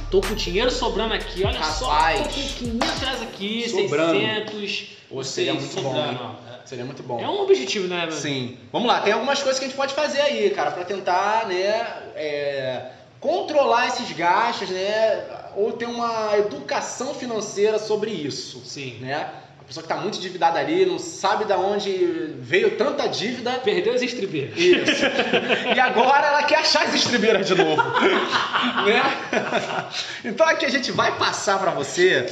S1: tô com dinheiro sobrando aqui, olha só, tô
S2: Rapaz.
S1: com 500 reais aqui,
S2: Sobrando.
S1: 600.
S2: Ou seria muito bom,
S1: sobrando.
S2: hein? Seria muito bom.
S1: É um objetivo, né? mano?
S2: Sim. Vamos lá, tem algumas coisas que a gente pode fazer aí, cara, pra tentar, né, é, controlar esses gastos, né, ou ter uma educação financeira sobre isso.
S1: Sim.
S2: né? A pessoa que está muito endividada ali, não sabe da onde veio tanta dívida.
S1: Perdeu as estribeiras.
S2: Isso. E agora ela quer achar as estribeiras de novo. né? Então aqui a gente vai passar para você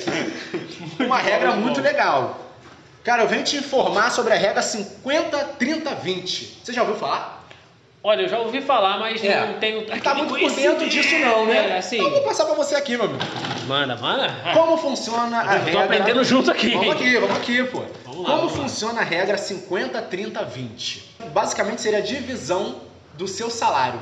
S2: uma regra
S1: bom.
S2: muito legal. Cara, eu venho te informar sobre a regra 50, 30, 20. Você já ouviu falar?
S1: Olha, eu já ouvi falar, mas
S2: É.
S1: não tenho.
S2: Não tá
S1: aquele
S2: muito por dentro disso não, né?
S1: É, assim.
S2: Então eu vou passar para você aqui, meu amigo.
S1: Manda, manda.
S2: Como funciona a
S1: Eu tô
S2: regra...
S1: aprendendo junto aqui.
S2: Vamos aqui, vamos aqui, pô.
S1: Vamos lá,
S2: Como
S1: vamos lá.
S2: funciona a regra 50, 30, 20? Basicamente seria a divisão do seu salário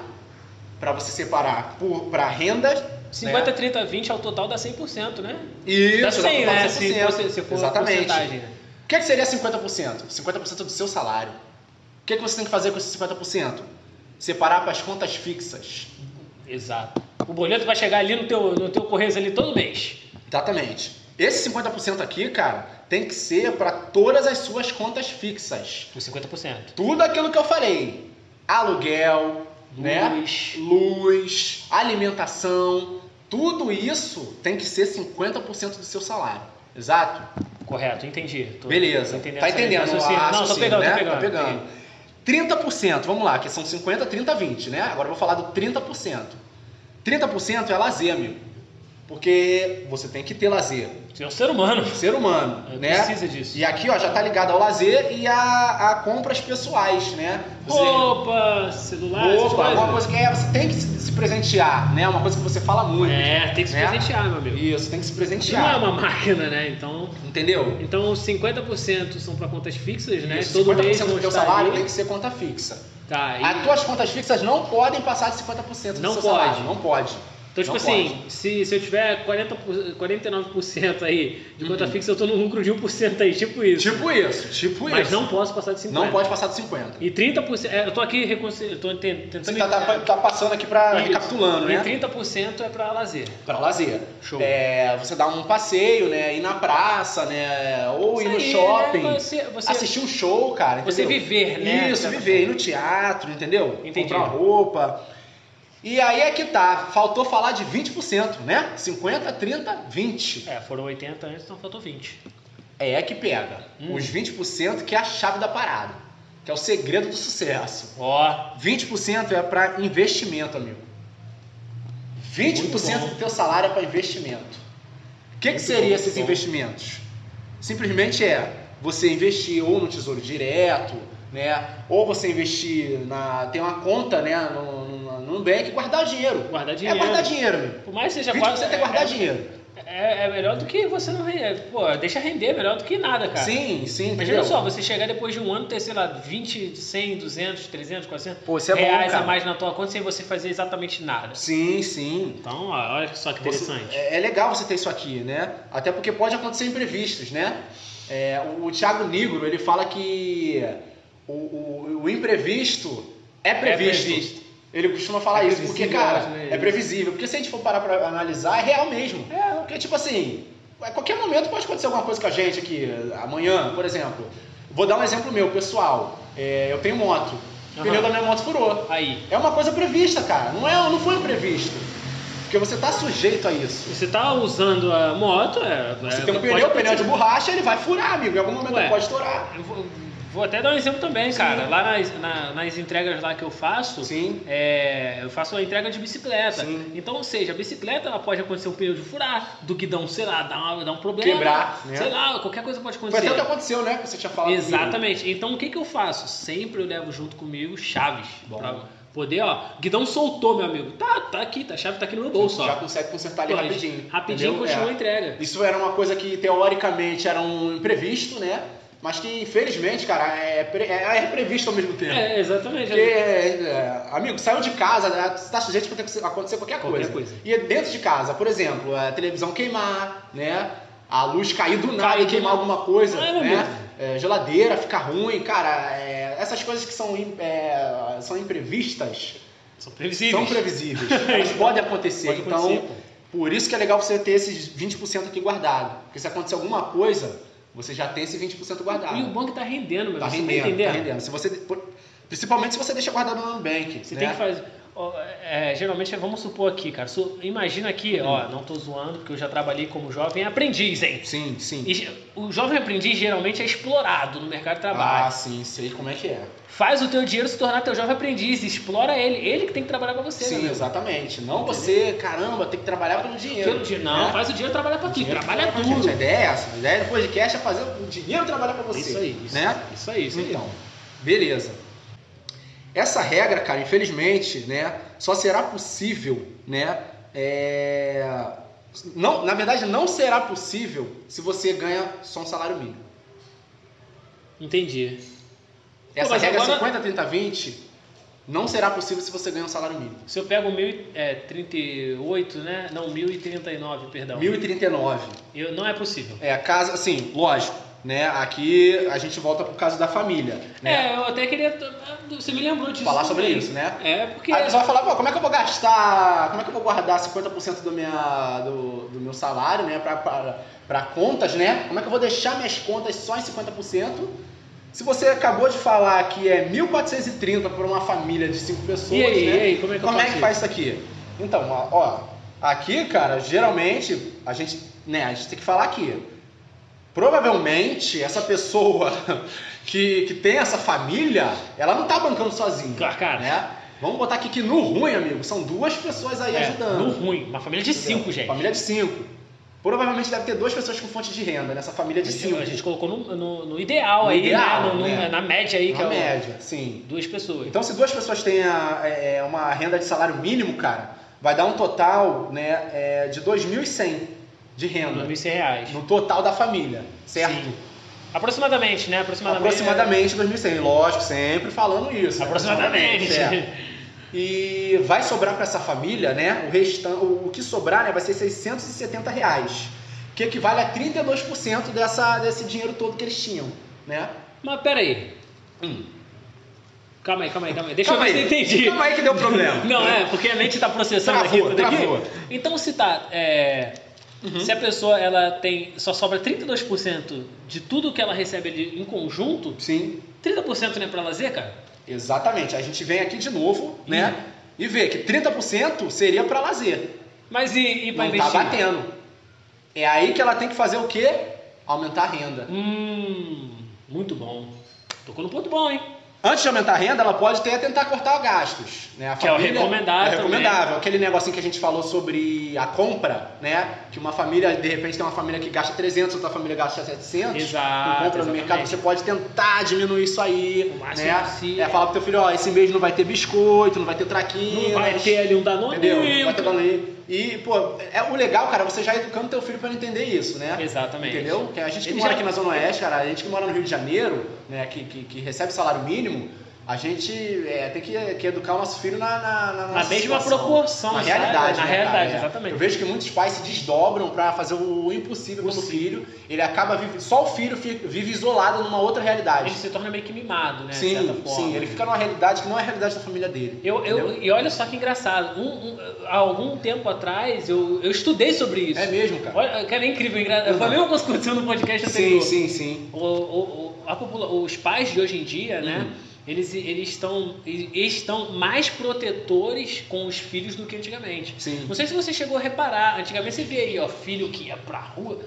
S2: para você separar por para renda,
S1: 50,
S2: né?
S1: 30, 20 ao é total dá 100%, né?
S2: Isso,
S1: dá 100,
S2: dá
S1: né?
S2: 40%.
S1: Se for, se for
S2: Exatamente.
S1: porcentagem, né?
S2: O que, é que seria 50%? 50% do seu salário. O que, é que você tem que fazer com esse 50%? Separar para as contas fixas.
S1: Exato. O boleto vai chegar ali no teu, no teu correio ali todo mês.
S2: Exatamente. Esse 50% aqui, cara, tem que ser para todas as suas contas fixas.
S1: Os 50%.
S2: tudo aquilo que eu falei. Aluguel, né?
S1: Luz.
S2: Luz, alimentação, tudo isso tem que ser 50% do seu salário. Exato?
S1: Correto, entendi. Tô-
S2: Beleza.
S1: tô entendendo
S2: tá
S1: essa-
S2: entendendo?
S1: esse
S2: o
S1: raciocínio. Não, tô
S2: raciocínio,
S1: pegando,
S2: né?
S1: tô pegando.
S2: Tá pegando. 30%, vamos lá, que são 50, 30, 20, né? Agora eu vou falar do 30%. 30% é lazer, amigo. Porque você tem que ter lazer.
S1: Você é um ser humano.
S2: Ser humano, né?
S1: Precisa disso.
S2: E aqui, ó, já tá ligado ao lazer e a, a compras pessoais, né?
S1: Roupa, celular, essas
S2: Opa,
S1: coisas.
S2: uma coisa que é, você tem que se se presentear, né? Uma coisa que você fala muito.
S1: É, tem que se
S2: né?
S1: presentear, meu amigo.
S2: Isso, tem que se
S1: Não é
S2: presentear.
S1: uma máquina, né? Então,
S2: Entendeu?
S1: então os 50% são para contas fixas, né?
S2: Isso,
S1: Todo mês
S2: 50%
S1: vão
S2: do teu
S1: estar
S2: salário
S1: ali.
S2: tem que ser conta fixa.
S1: Tá, e-
S2: As tuas contas fixas não podem passar de 50% do
S1: Não
S2: seu
S1: pode.
S2: salário. Não pode.
S1: Então, tipo
S2: Não
S1: assim, se, se eu tiver 40, por- 49% aí de conta
S2: Uhum.
S1: fixa, eu tô no lucro de 1% aí, tipo isso.
S2: Tipo isso, tipo
S1: Mas
S2: isso.
S1: não posso passar de 50%.
S2: Não pode passar de 50%.
S1: E 30%, é, eu tô aqui reconcil... eu tô ten-
S2: Você
S1: tentando...
S2: tá, tá- tá passando aqui pra
S1: Isso.
S2: recapitulando,
S1: E
S2: né?
S1: 30% é pra lazer.
S2: Pra lazer.
S1: Show.
S2: É, você dá um passeio, né? Ir na praça, né? Ou ir
S1: Isso
S2: no
S1: aí,
S2: shopping.
S1: né? Você, você,
S2: Assistir um show, cara.
S1: você
S2: entendeu?
S1: viver, né?
S2: Isso,
S1: Certa
S2: viver, ir
S1: forma.
S2: no teatro, entendeu?
S1: Entendi.
S2: Comprar uma roupa. E aí é que tá, faltou falar de 20%, né? 50, 30, 20.
S1: É, foram 80 antes, então faltou 20.
S2: É é que pega.
S1: Hum.
S2: Os 20% que é a chave da parada, que é o segredo do sucesso.
S1: Ó,
S2: 20% é pra investimento, amigo. 20%
S1: Muito bom.
S2: do teu salário é pra investimento. O que, que
S1: Muito
S2: seria
S1: bom,
S2: esses
S1: muito bom.
S2: investimentos? Simplesmente é você investir ou no Tesouro Direto, né? Ou você investir na tem uma conta, né, no, no, no Nubank e guardar dinheiro.
S1: guardar dinheiro.
S2: É guardar dinheiro, amigo.
S1: Por mais que seja
S2: 20% é guardar
S1: é,
S2: dinheiro.
S1: é, é melhor do que você não render. Pô, deixa render, é melhor do que nada, cara.
S2: Sim, sim,
S1: Imagina
S2: entendeu?
S1: só, você chegar depois de um ano e ter, sei lá, 20, 100, 200, 300, 400
S2: Pô, isso é bom,
S1: reais
S2: cara.
S1: a mais na tua conta sem você fazer exatamente nada.
S2: Sim, sim.
S1: Então, ó, olha só que
S2: Você-
S1: interessante.
S2: é, é legal você ter isso aqui, né? Até porque pode acontecer imprevistos, né? É, o, o Thiago Nigro, ele fala que o, o- o imprevisto é previsto.
S1: previsto.
S2: Ele costuma falar
S3: É
S2: isso, porque,
S3: previsível,
S2: cara,
S3: acho, né,
S2: é
S3: ele?
S2: previsível. Porque se a gente for parar pra analisar, é real mesmo.
S3: É,
S2: Porque, tipo assim, a qualquer momento pode acontecer alguma coisa com a gente aqui. Amanhã, por exemplo. Vou dar um exemplo meu, pessoal. É, eu tenho moto. O pneu
S1: Aham.
S2: da minha moto furou.
S1: Aí.
S2: É uma coisa prevista, cara. Não, é, não foi imprevisto. Porque você tá sujeito a isso.
S1: Você tá usando a moto, é.
S2: Você
S1: é,
S2: tem um
S1: pode-
S2: pneu, pneu de borracha, ele vai furar, amigo. Em algum momento
S1: Ué.
S2: ele pode estourar.
S1: Eu vou, vou até dar um exemplo também, cara. Lá nas, na- nas entregas lá que eu faço,
S2: Sim.
S1: é, eu faço a entrega de bicicleta.
S2: Sim.
S1: Então, ou seja, a bicicleta ela pode acontecer um pneu de furar, do guidão, sei lá, dar, uma- dar um problema.
S2: Quebrar, né?
S1: Sei lá, qualquer coisa pode
S2: Foi até o que
S1: acontecer.
S2: aconteceu, né? Que você tinha falado.
S1: Exatamente. Então, o que, que eu faço? Sempre eu levo junto comigo chaves.
S2: Bom.
S1: Pra poder, ó. Guidão soltou, meu amigo. Tá, tá aqui, tá, a chave tá aqui no meu
S2: comigo.
S1: bolso, ó.
S2: Já consegue consertar ali
S1: Pô,
S2: rapidinho.
S1: Rapidinho
S2: entendeu?
S1: continua a
S2: É.
S1: entrega.
S2: Isso era uma coisa que teoricamente era um imprevisto, né? Mas que infelizmente, cara, é, pre- é, é previsto ao mesmo tempo.
S1: É, exatamente.
S2: Porque, é, amigo, saiu de casa, né? você tá sujeito a acontecer qualquer coisa.
S1: Qualquer coisa.
S2: E é dentro de casa, por exemplo, a televisão queimar, né? A luz cair do nada
S1: Cair
S2: e
S1: do
S2: queimar
S1: nada.
S2: alguma coisa,
S1: Ah, meu Deus.
S2: né? É, geladeira ficar ruim, cara. é, essas coisas que são, im- é, são imprevistas
S1: São previsíveis.
S2: são previsíveis. Elas podem acontecer.
S1: Pode
S2: então,
S1: acontecer, pô.
S2: por isso que é legal você ter esses 20% aqui guardado. Porque se acontecer alguma coisa, você já tem esse 20% guardado.
S1: E o banco tá rendendo, meu
S2: tá
S1: amigo.
S2: rendendo,
S1: você tá
S2: tá
S1: entendendo?
S2: rendendo. Se você, por- principalmente se você deixa guardado no Nubank.
S1: Você
S2: né?
S1: tem que fazer. ó, é, geralmente, vamos supor aqui, cara. su- imagina aqui, ó,
S2: Hum.
S1: não tô zoando, porque eu já trabalhei como jovem aprendiz, hein?
S2: Sim, sim.
S1: E ge- o jovem aprendiz geralmente é explorado no mercado de
S2: Ah,
S1: trabalho.
S2: sim, sei como é que é.
S1: Faz o teu dinheiro se tornar teu jovem aprendiz, explora ele. Ele que tem que trabalhar pra você,
S2: Sim,
S1: né? meu?
S2: exatamente. Não você, caramba, tem que trabalhar pelo dinheiro.
S1: Pelo dinheiro- Não,
S2: né?
S1: faz o dinheiro trabalhar pra ti,
S2: Dinheiro
S1: trabalha
S2: pra
S1: duro.
S2: gente. A ideia é essa. A ideia do podcast é fazer o dinheiro trabalhar pra você.
S1: É Isso aí, isso,
S2: né?
S1: isso aí, isso aí.
S2: Então, beleza. Essa regra, cara, infelizmente, né, só será possível, né, é, não, na verdade, não será possível se você ganha só um salário mínimo.
S1: Entendi.
S2: Essa
S1: mas
S2: regra
S1: agora-
S2: 50, 30, 20 não será possível se você ganha um salário mínimo.
S1: Se eu pego é, 1038, né? Não, 1039, perdão.
S2: 1039.
S1: Eu, não é possível.
S2: É, caso, assim, lógico, né, aqui a gente volta pro caso da família, né,
S1: É, eu até queria. Você me lembrou disso.
S2: falar sobre
S1: também.
S2: isso, né.
S1: É, porque.
S2: Aí a pessoa vai falar, pô, como é que eu vou gastar, como é que eu vou guardar 50% do, minha, do, do meu salário, né, pra, pra, pra contas, né? Como é que eu vou deixar minhas contas só em 50%? Se você acabou de falar que é 1.430 por uma família de 5 pessoas,
S1: E aí,
S2: né?
S1: e aí, como é que eu
S2: como é
S1: faço
S2: que
S1: isso?
S2: faz isso aqui? Então, ó, ó, aqui, cara, geralmente, a gente, né, a gente tem que falar aqui. Provavelmente, essa pessoa que, que tem essa família, ela não tá bancando sozinha.
S1: Claro, cara.
S2: né? Vamos botar aqui que no ruim, amigo, são duas pessoas aí
S1: é,
S2: ajudando.
S1: No ruim. Uma família de cinco, gente.
S2: Família de cinco. Provavelmente deve ter duas pessoas com fonte de renda nessa família de cinco.
S1: A gente colocou no, no- no ideal
S2: No
S1: aí,
S2: ideal,
S1: né? No- no-
S2: né?
S1: Na média aí, que
S2: Na
S1: é o-
S2: média, sim.
S1: duas pessoas.
S2: Então, se duas pessoas têm a- é, uma renda de salário mínimo, cara, vai dar um total né, é, de 2.100 de renda
S1: 2.100 reais.
S2: no total da família, certo?
S1: Sim. Aproximadamente, né? Aproximadamente.
S2: Aproximadamente 2.100, lógico, sempre falando isso. né?
S1: Aproximadamente.
S2: Certo. E vai sobrar para essa família, né? O, restan o o que sobrar né, vai ser 670 reais, que equivale a 32% dessa, desse dinheiro todo que eles tinham, né?
S1: Mas peraí. Hum. Calma aí, calma aí, calma aí. Deixa
S2: Calma
S1: eu ver
S2: aí,
S1: se eu entendi.
S2: Calma aí que deu problema.
S1: Não, é, porque a mente tá processando
S2: Travou,
S1: aqui, tudo aqui.
S2: travou. Uhum.
S1: Então se tá. é, Se a pessoa ela tem. só sobra 32% de tudo que ela recebe ali em conjunto,
S2: Sim.
S1: 30% não é pra lazer, cara?
S2: Exatamente. A gente vem aqui de novo, né? E vê que 30% seria para lazer.
S1: Mas e, e pra
S2: Não tá
S1: investir?
S2: batendo. É aí que ela tem que fazer o quê? Aumentar a renda.
S1: Hum, muito bom. Tocou no ponto bom, hein?
S2: Antes de aumentar a renda, ela pode até tentar cortar gastos. Né? A
S1: Que é o
S2: família-
S1: recomendável
S2: É recomendável. Aquele negocinho que a gente falou sobre a compra, né? Que uma família, de repente, tem uma família que gasta 300, outra família gasta 700.
S1: Exato,
S2: Com compra no
S1: exatamente.
S2: mercado, você pode tentar diminuir isso aí.
S1: O máximo
S2: Né?
S1: possível.
S2: É, falar pro teu filho, ó, esse mês não vai ter biscoito, não vai ter traquinho.
S1: Não vai ter ali um danone.
S2: Entendeu? Vai ter valor aí. E, pô, é o legal, cara, você já educando teu filho pra ele entender isso, né?
S1: Exatamente.
S2: Entendeu? Porque a gente que
S1: Ele
S2: mora
S1: já-
S2: aqui na Zona Oeste, cara, a gente que mora no Rio de Janeiro, né, que, que, que recebe salário mínimo, A gente é, tem que, que educar o nosso filho na, na, na
S1: Na
S2: nossa
S1: mesma
S2: situação.
S1: proporção,
S2: Na
S1: sabe?
S2: realidade,
S1: Na
S2: né,
S1: realidade,
S2: cara? É.
S1: exatamente.
S2: Eu vejo que muitos pais se desdobram pra fazer o impossível pelo
S1: Possível.
S2: filho. Ele acaba vivendo. Só o filho fica- vive isolado numa outra realidade.
S1: Ele se torna meio que mimado, né? de certa
S2: sim,
S1: forma.
S2: sim. Ele fica numa realidade que não é a realidade da família dele.
S1: Eu, eu,
S2: Entendeu?
S1: e olha só que engraçado. Um, um- há algum tempo atrás eu, eu estudei sobre isso.
S2: É mesmo, cara.
S1: Olha, cara, é incrível. Engra...
S2: Uhum.
S1: Foi a mesma coisa que aconteceu no podcast
S2: Sim,
S1: anterior.
S2: sim, sim.
S1: O- o- o- a popula- os pais de hoje em dia, né?
S2: Uhum.
S1: Eles, eles, estão, eles estão mais protetores com os filhos do que antigamente.
S2: Sim.
S1: Não sei se você chegou a reparar, antigamente você via aí, ó, filho que ia pra rua,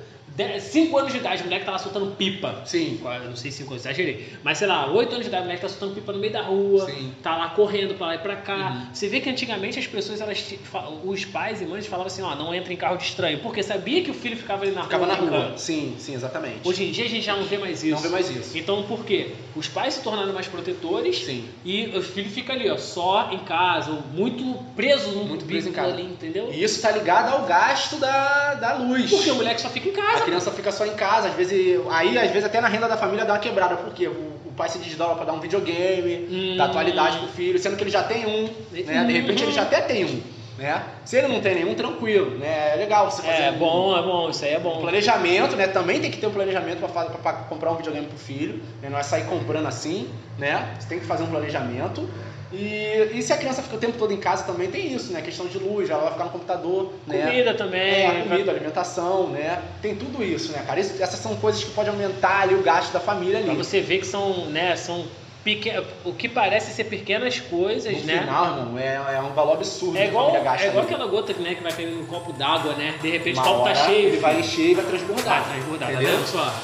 S1: 5 anos de idade, o moleque tava soltando pipa.
S2: Sim.
S1: Quase, Não sei se eu exagerei. Mas sei lá, 8 anos de idade, o moleque tá soltando pipa no meio da rua,
S2: Sim.
S1: tá lá correndo pra lá e pra cá.
S2: Uhum.
S1: Você vê que antigamente as pessoas, elas, ti- fa- os pais e mães falavam assim, ó, não entra em carro de estranho, porque sabia que o filho ficava ali na
S2: Ficava
S1: rua.
S2: na rua.
S1: brincando.
S2: Sim, sim, exatamente.
S1: Hoje é em dia a gente já não vê mais isso.
S2: não vê mais isso.
S1: Então por quê? Os pais se tornaram mais protetores
S2: Sim.
S1: e o filho fica ali, ó, só em casa, ou muito preso num
S2: Muito preso em
S1: cubículo
S2: casa.
S1: ali, entendeu?
S2: E isso tá ligado ao gasto da, da luz.
S1: Porque o moleque só fica em
S2: A
S1: casa.
S2: criança fica só em casa, às vezes. Aí, às vezes, até na renda da família dá uma quebrada, porque o, o pai se desdobra pra dar um videogame,
S1: Hum.
S2: dar atualidade pro filho, sendo que ele já tem um, né? De repente
S1: Uhum.
S2: ele já até tem um, né? Se ele não tem nenhum, tranquilo, né? É legal você fazer
S1: É
S2: um-
S1: bom, é bom, isso aí é
S2: um
S1: bom.
S2: planejamento, né? Também tem que ter um planejamento pra fazer- pra comprar um videogame pro filho, né? Não é sair comprando assim, né? Você tem que fazer um planejamento. E, e se a criança fica o tempo todo em casa também tem isso, né? Questão de luz, ela vai ficar no computador, né?
S1: Comida também.
S2: É, a comida, a alimentação, né? Tem tudo isso, né, cara? Isso- essas são coisas que podem aumentar ali o gasto da família ali.
S1: Pra você ver que são, né, são peque... o que parece ser pequenas coisas,
S2: no
S1: né?
S2: final, irmão, é, é um valor absurdo
S1: é
S2: que
S1: igual,
S2: a família gasta
S1: é igual
S2: ali.
S1: aquela gota né, que vai caindo no copo d'água, né? De repente
S2: Uma
S1: o copo tá
S2: hora
S1: cheio.
S2: ele vai
S1: filho.
S2: encher e vai
S1: Vai
S2: transbordar.
S1: transbordar, tá
S2: entendeu?
S1: vendo só?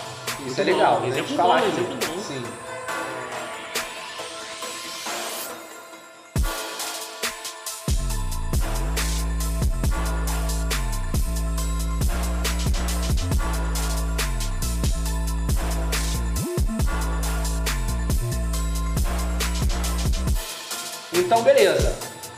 S2: Isso
S1: Muito bom,
S2: é legal. né?
S1: exemplo
S2: Fica lá,
S1: bom,
S2: assim.
S1: exemplo bom.
S2: Sim. Então, beleza.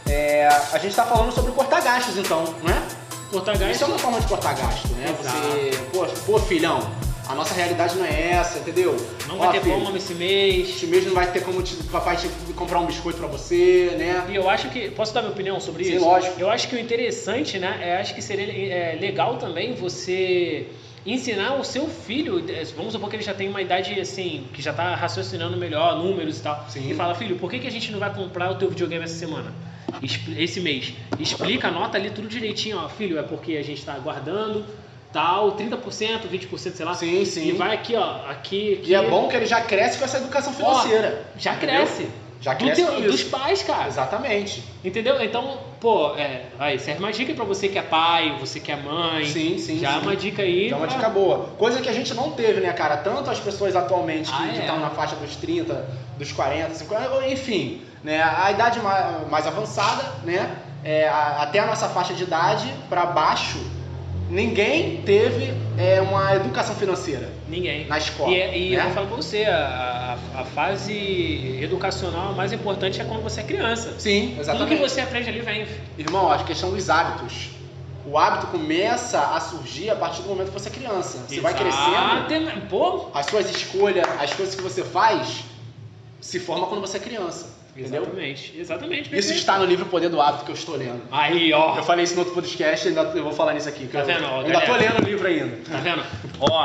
S2: É, a gente tá falando sobre cortar gastos, então, né?
S1: Cortar gás.
S2: Isso é uma forma de cortar gasto, né?
S1: Exato.
S2: Você, pô, pô, filhão, a nossa realidade não é essa, entendeu?
S1: Não
S2: Ó,
S1: vai ter
S2: filho,
S1: pão esse mês.
S2: Este mês não vai ter como te, papai te comprar um biscoito pra você, né?
S1: E eu acho que. Posso dar minha opinião sobre
S2: Sim,
S1: isso?
S2: lógico.
S1: Eu acho que o interessante, né? É, acho que seria é, legal também você ensinar o seu filho, é, vamos supor que ele já tem uma idade assim, que já tá raciocinando melhor, números e tal.
S2: Sim.
S1: E fala, filho, por que, que a gente não vai comprar o teu videogame essa semana? Expl- Esse mês. Explica, anota ali tudo direitinho, ó. Filho, é porque a gente tá aguardando, tal, 30%, 20%, sei lá.
S2: Sim, sim.
S1: E vai aqui, ó, aqui, aqui.
S2: E é bom que ele já cresce com essa educação financeira.
S1: Já
S2: entendeu?
S1: cresce.
S2: Já
S1: Do
S2: cresce
S1: teu-
S2: com
S1: dos
S2: isso.
S1: pais, cara.
S2: Exatamente.
S1: Entendeu? Então, pô, é, aí, serve uma dica pra você que é pai, você que é mãe.
S2: Sim, sim.
S1: já é
S2: sim.
S1: uma dica aí.
S2: Já é uma
S1: pra-
S2: dica boa. Coisa que a gente não teve, né, cara? Tanto as pessoas atualmente que
S1: Ah, é.
S2: estão na faixa dos 30, dos 40, 50, enfim, né? A idade mais, mais avançada, né? é, a- até a nossa faixa de idade pra baixo, ninguém teve é, uma educação financeira
S1: Ninguém.
S2: na escola.
S1: E, é- e eu vou
S2: né?
S1: falar pra você, a, a- a fase educacional mais importante é quando você é criança.
S2: Sim, exatamente.
S1: Tudo que você aprende ali vem.
S2: Irmão, a questão dos hábitos. O hábito começa a surgir a partir do momento que você é criança. Você vai crescendo,
S1: Exatamente. Pô,
S2: as suas escolhas, as coisas que você faz, se forma quando você é criança. Entendeu?
S1: exatamente. Exatamente.
S2: Isso
S1: perfeito.
S2: está no livro Poder do Hábito que eu estou lendo.
S1: Aí, ó.
S2: Eu falei isso no outro podcast, ainda eu vou falar nisso aqui. que
S1: Ah. Tá
S2: eu
S1: vendo, ó,
S2: ainda tô
S1: galera?
S2: lendo o livro ainda.
S1: Tá vendo? Ó.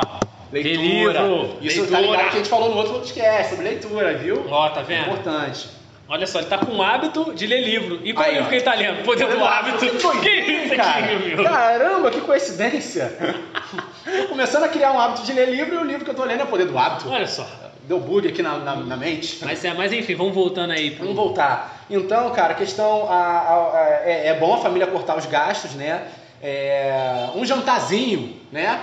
S2: Leitura.
S1: Livro,
S2: Isso
S1: leitura.
S2: tá ligado que a gente falou no outro podcast, sobre leitura, viu?
S1: Ó, tá vendo?
S2: Importante.
S1: Olha só, ele tá com o hábito de ler livro. E qual
S2: Aí,
S1: livro
S2: ó.
S1: que ele tá lendo? Poder do hábito.
S2: Que foi,
S1: Que isso
S2: cara?
S1: aqui, meu?
S2: Caramba, que coincidência. tô começando a criar um hábito de ler livro e o livro que eu tô lendo é Poder do Hábito.
S1: Olha só.
S2: Deu bug aqui na, na, na mente.
S1: Mas, é, mas enfim, vamos voltando aí. Pro...
S2: Vamos voltar. Então, cara, a questão. a- a- a- é, é bom a família cortar os gastos, né? É, um jantarzinho, né?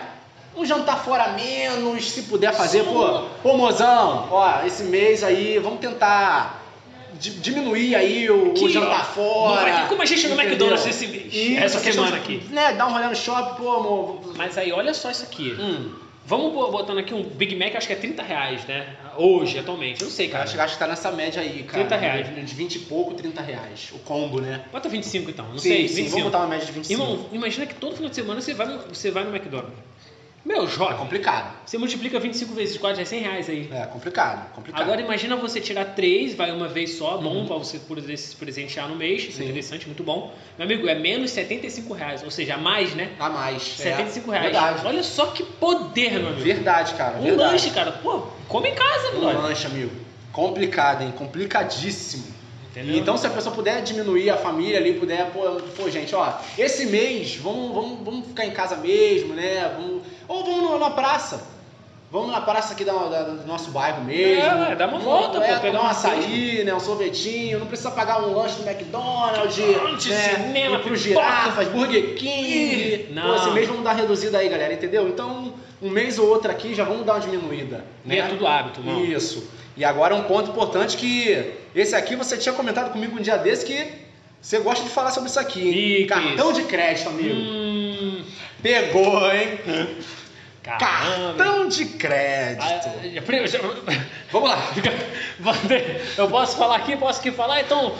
S2: Um jantar fora menos, se puder fazer,
S1: Sim.
S2: pô, pô, mozão, ó, esse mês aí, vamos tentar di- diminuir aí o, o
S1: Aqui,
S2: jantar
S1: ó.
S2: fora.
S1: Não vai ter como a gente no
S2: entendeu?
S1: McDonald's esse mês, essa
S2: questão
S1: semana
S2: de,
S1: aqui.
S2: Né, dar um rolê no shopping, pô, amor.
S1: Mas aí, olha só isso aqui.
S2: Hum,
S1: Vamos bo- botando aqui um Big Mac, acho que é 30 reais, né? Hoje, atualmente. Eu não sei, cara.
S2: acho, acho que tá nessa média aí, cara.
S1: 30 reais.
S2: De 20 e pouco, 30 reais. O combo, né?
S1: Bota 25 então, não
S2: sim,
S1: sei.
S2: sim,
S1: 25.
S2: vamos botar uma média de 25.
S1: Irmão, imagina que todo final de semana você vai no, você vai no McDonald's. Meu,
S2: É
S1: jovem,
S2: complicado.
S1: você multiplica 25 vezes 4, já é 100 reais aí.
S2: É complicado, complicado.
S1: Agora imagina você tirar três, vai uma vez só, é bom pra você poder se presentear no mês, isso é
S2: Sim.
S1: interessante, muito bom. Meu amigo, é menos 75 reais, ou seja, a mais, né?
S2: a mais.
S1: 75
S2: é,
S1: reais.
S2: Verdade. É
S1: Olha só que poder, meu amigo.
S2: Verdade, cara.
S1: Um
S2: verdade.
S1: lanche, cara. Pô, come em casa,
S2: Um
S1: brother.
S2: lanche, amigo. Complicado, hein? Complicadíssimo.
S1: Entendeu?
S2: Então, se a pessoa puder diminuir a família ali, puder, pô, pô, gente, ó, esse mês vamos, vamos, vamos ficar em casa mesmo, né? Vamos- ou vamos na, na praça. Vamos na praça aqui da, da- do nosso bairro mesmo.
S1: É, ué, dá uma volta,
S2: é,
S1: pô, pegar
S2: tomar um
S1: uma
S2: açaí, né? Um sorvetinho. Não precisa pagar um lanche do McDonald's.
S1: Antes,
S2: né,
S1: cinema,
S2: ir pro
S1: pipoca.
S2: girafas, Burger King.
S1: Ih,
S2: Pô,
S1: não.
S2: esse mês vamos dar reduzida aí, galera, entendeu? Então, um mês ou outro aqui já vamos dar uma diminuída. né?
S1: E é tudo hábito, não.
S2: Isso. E agora um ponto importante que esse aqui você tinha comentado comigo um dia desse que você gosta de falar sobre isso aqui, hein?
S1: Ih, que
S2: Cartão de crédito, amigo.
S1: Hum,
S2: Pegou, hein?
S1: caramba.
S2: Cartão de crédito.
S1: Ah, é. já- pri- já-
S2: Vamos lá.
S1: Vander, Eu posso falar aqui, posso aqui falar, então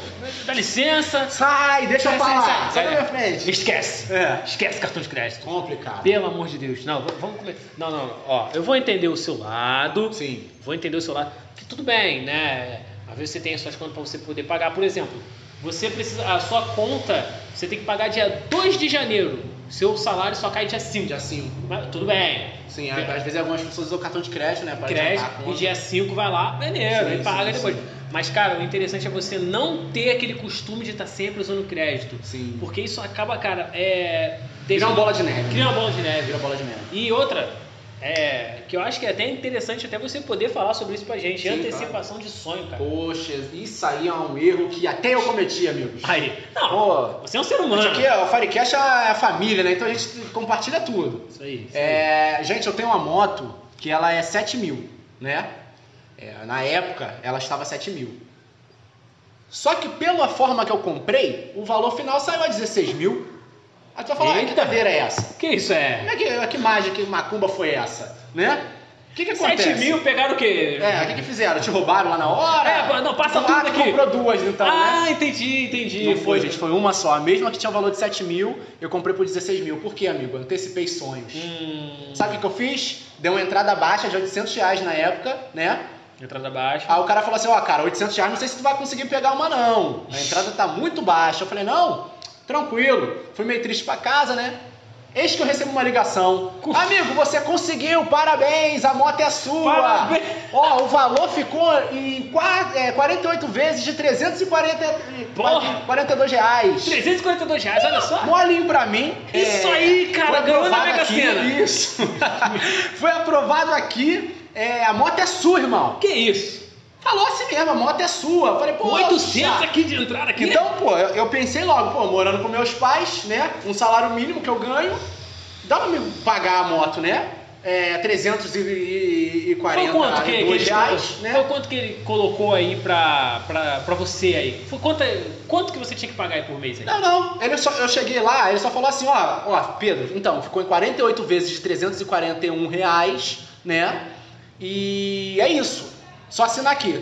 S1: dá licença.
S2: Sai, deixa
S1: Sai,
S2: eu
S1: sai, sai,
S2: falar. Sai
S1: sai.
S2: da minha frente.
S1: Esquece.
S2: É.
S1: Esquece cartão de crédito.
S2: Complicado.
S1: Pelo amor de Deus. Não, v- vamos comer. Não, não, não. Ó, eu vou entender o seu lado.
S2: Sim.
S1: Vou entender o seu lado. Que tudo bem, né? Às vezes você tem as suas contas para você poder pagar. Por exemplo, você precisa. A sua conta, você tem que pagar dia 2 de janeiro. Seu salário só cai dia 5.
S2: Dia 5.
S1: Mas tudo bem.
S2: assim, Sim, é, às às vezes algumas pessoas usam cartão de crédito, né? Para
S1: crédito
S2: adiantar a
S1: e
S2: conta.
S1: dia 5 vai lá, maneiro,
S2: Sim,
S1: aí paga
S2: sim,
S1: depois.
S2: sim.
S1: Mas, cara, o interessante é você não ter aquele costume de estar sempre usando crédito.
S2: Sim.
S1: Porque isso acaba, cara, é.
S2: Vira uma
S1: deixando-
S2: bola de neve.
S1: Cria uma bola de neve.
S2: Vira bola de neve.
S1: E outra, é, que eu acho que é até interessante até você poder falar sobre isso pra gente.
S2: Sim,
S1: antecipação de sonho, cara.
S2: Poxa, isso aí é um erro que até eu cometi, amigos.
S1: Aí. Não,
S2: Pô,
S1: você é um ser
S2: Isso
S1: humano.
S2: aqui, ó, o Firecast é a família, né? Então a gente compartilha tudo.
S1: Isso aí. Isso aí.
S2: É, gente, eu tenho uma moto que ela é 7 mil, né? É, na época, ela estava 7 mil. Só que pela forma que eu comprei, o valor final saiu a 16 mil. Aí tu vai falar, ah, que
S1: Eita.
S2: cadeira é essa?
S1: O que isso é?
S2: Como é que, que mágica, que macumba foi essa? Né? O que que acontece?
S1: 7 mil pegaram o quê?
S2: É, o que que fizeram? Te roubaram lá na hora?
S1: É, não, passa
S2: ah,
S1: tudo
S2: tu
S1: aqui.
S2: comprou duas, então, né?
S1: ah, entendi, entendi.
S2: Não foi, gente, foi uma só. A mesma que tinha o valor de 7 mil, eu comprei por 16 mil. Por quê, amigo? Eu antecipei sonhos.
S1: Hum,
S2: Sabe o que que eu fiz? Dei uma entrada baixa de 800 reais na época, né?
S1: entrada baixa.
S2: Aí o cara falou assim, ó, cara, 800 reais, não sei se tu vai conseguir pegar uma não. A entrada tá muito baixa. Eu falei, não, tranquilo. Fui meio triste pra casa, né? Eis que eu recebo uma ligação. Amigo, você conseguiu, parabéns, a moto é sua.
S1: Parabéns.
S2: Ó, o valor ficou em qua- é, 48 vezes de 340, e
S1: Porra.
S2: 42 reais.
S1: 342 reais, olha só.
S2: Molinho pra mim.
S1: É. Isso aí, cara,
S2: foi
S1: ganhou na
S2: aprovado
S1: Mega
S2: aqui,
S1: Sena.
S2: Isso. foi aprovado aqui. é, a moto é sua, irmão.
S1: Que isso?
S2: Falou assim mesmo, a moto é sua. Eu falei, pô,
S1: 800
S2: tá.
S1: aqui de entrada aqui.
S2: Então, pô, eu, eu pensei logo, pô, morando com meus pais, né? Um salário mínimo que eu ganho. Dá pra me pagar a moto, né? É, 340
S1: foi quanto que, que ele,
S2: reais, né?
S1: foi quanto que ele colocou aí pra, pra, pra você aí? Foi quanto, quanto que você tinha que pagar aí por mês aí?
S2: Não, não. Ele só, eu cheguei lá, ele só falou assim, ó, ó, Pedro, então, ficou em 48 vezes de 341 reais, né? E é isso. Só assinar aqui.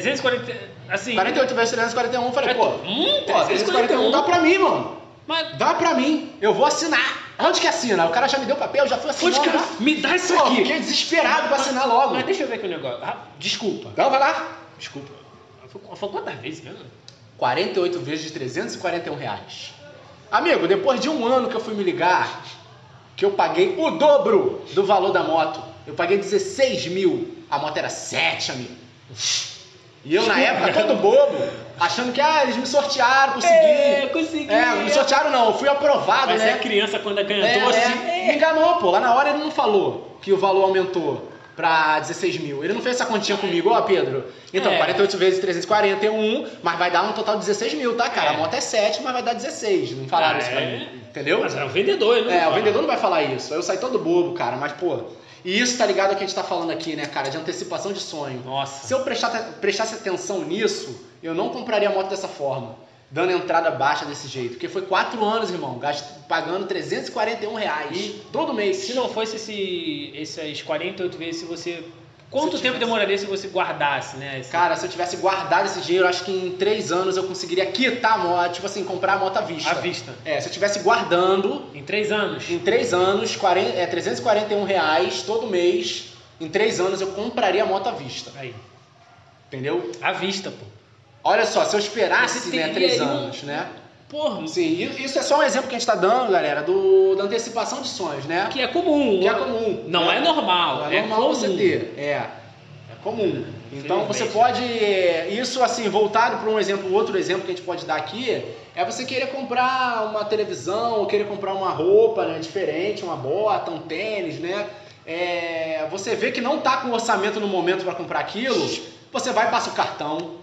S1: 340. Assim.
S2: 48 vezes 341, eu um, falei, pô,
S1: Hum,
S2: pô, 341
S1: 341.
S2: dá pra mim, mano.
S1: Mas.
S2: Dá pra mim. Eu vou assinar. Onde que assina? O cara já me deu o papel, já fui
S1: Onde
S2: assinando. né?
S1: que
S2: lá.
S1: eu- Me dá isso
S2: Pô, é
S1: aqui.
S2: fiquei desesperado pra assinar logo.
S1: Mas deixa eu ver aqui o negócio. Ah, desculpa.
S2: Então, vai lá.
S1: Desculpa. Foi, foi quantas vezes mesmo?
S2: 48 vezes de 341 reais. Amigo, depois de um ano que eu fui me ligar, que eu paguei o dobro do valor da moto. Eu paguei 16 mil. A moto era 7, amigo. E eu, na época, todo bobo, achando que ah, eles me sortearam, consegui.
S1: É, consegui.
S2: É, não me sortearam não, eu fui aprovado,
S1: Mas
S2: né?
S1: é criança quando ganha
S2: É,
S1: doce.
S2: é. Me enganou, pô. Lá na hora ele não falou que o valor aumentou pra 16 mil. Ele não fez essa continha comigo, ó, Pedro. Então,
S1: É.
S2: 48 vezes 341, mas vai dar um total de 16 mil, tá, cara?
S1: É.
S2: A moto é 7, mas vai dar 16. Não falaram
S1: Ah,
S2: isso pra
S1: é?
S2: mim. Entendeu?
S1: Mas é o vendedor, ele não
S2: É, o
S1: fala.
S2: vendedor não vai falar isso. Aí eu saí todo bobo, cara, mas, pô. E isso tá ligado ao que a gente tá falando aqui, né, cara? De antecipação de sonho.
S1: Nossa.
S2: Se eu prestar- prestasse atenção nisso, eu não compraria a moto dessa forma, dando entrada baixa desse jeito. Porque foi quatro anos, irmão, gasto, pagando 341 reais todo mês.
S1: Se não fosse esse, essas 48 vezes, se você Quanto
S2: Se
S1: tempo
S2: tivesse-
S1: demoraria se você guardasse, né? esse-
S2: Cara, se eu tivesse guardado esse dinheiro, eu acho que em três anos eu conseguiria quitar a moto, tipo assim, comprar a moto à vista.
S1: à vista.
S2: É, se eu tivesse guardando
S1: Em três anos.
S2: em três anos, 40, é, 341 reais todo mês, em três anos eu compraria a moto à vista.
S1: Aí.
S2: Entendeu?
S1: À vista, pô.
S2: Olha só, se eu esperasse,
S1: Você
S2: né,
S1: teria
S2: três
S1: aí um-
S2: anos, né?
S1: Porra,
S2: Sim, e isso é só um exemplo que a gente tá dando, galera, do, da antecipação de sonhos, né?
S1: que é comum.
S2: Que é comum.
S1: Não é normal.
S2: Não
S1: é
S2: é normal
S1: comum.
S2: você ter. É. É comum. Então você
S1: Infelizmente.
S2: pode. é, Isso assim, voltado para um exemplo, outro exemplo que a gente pode dar aqui, é você querer comprar uma televisão, ou querer comprar uma roupa né, diferente, uma bota, um tênis, né? É, você vê que não tá com orçamento no momento para comprar aquilo, você vai e passa o cartão.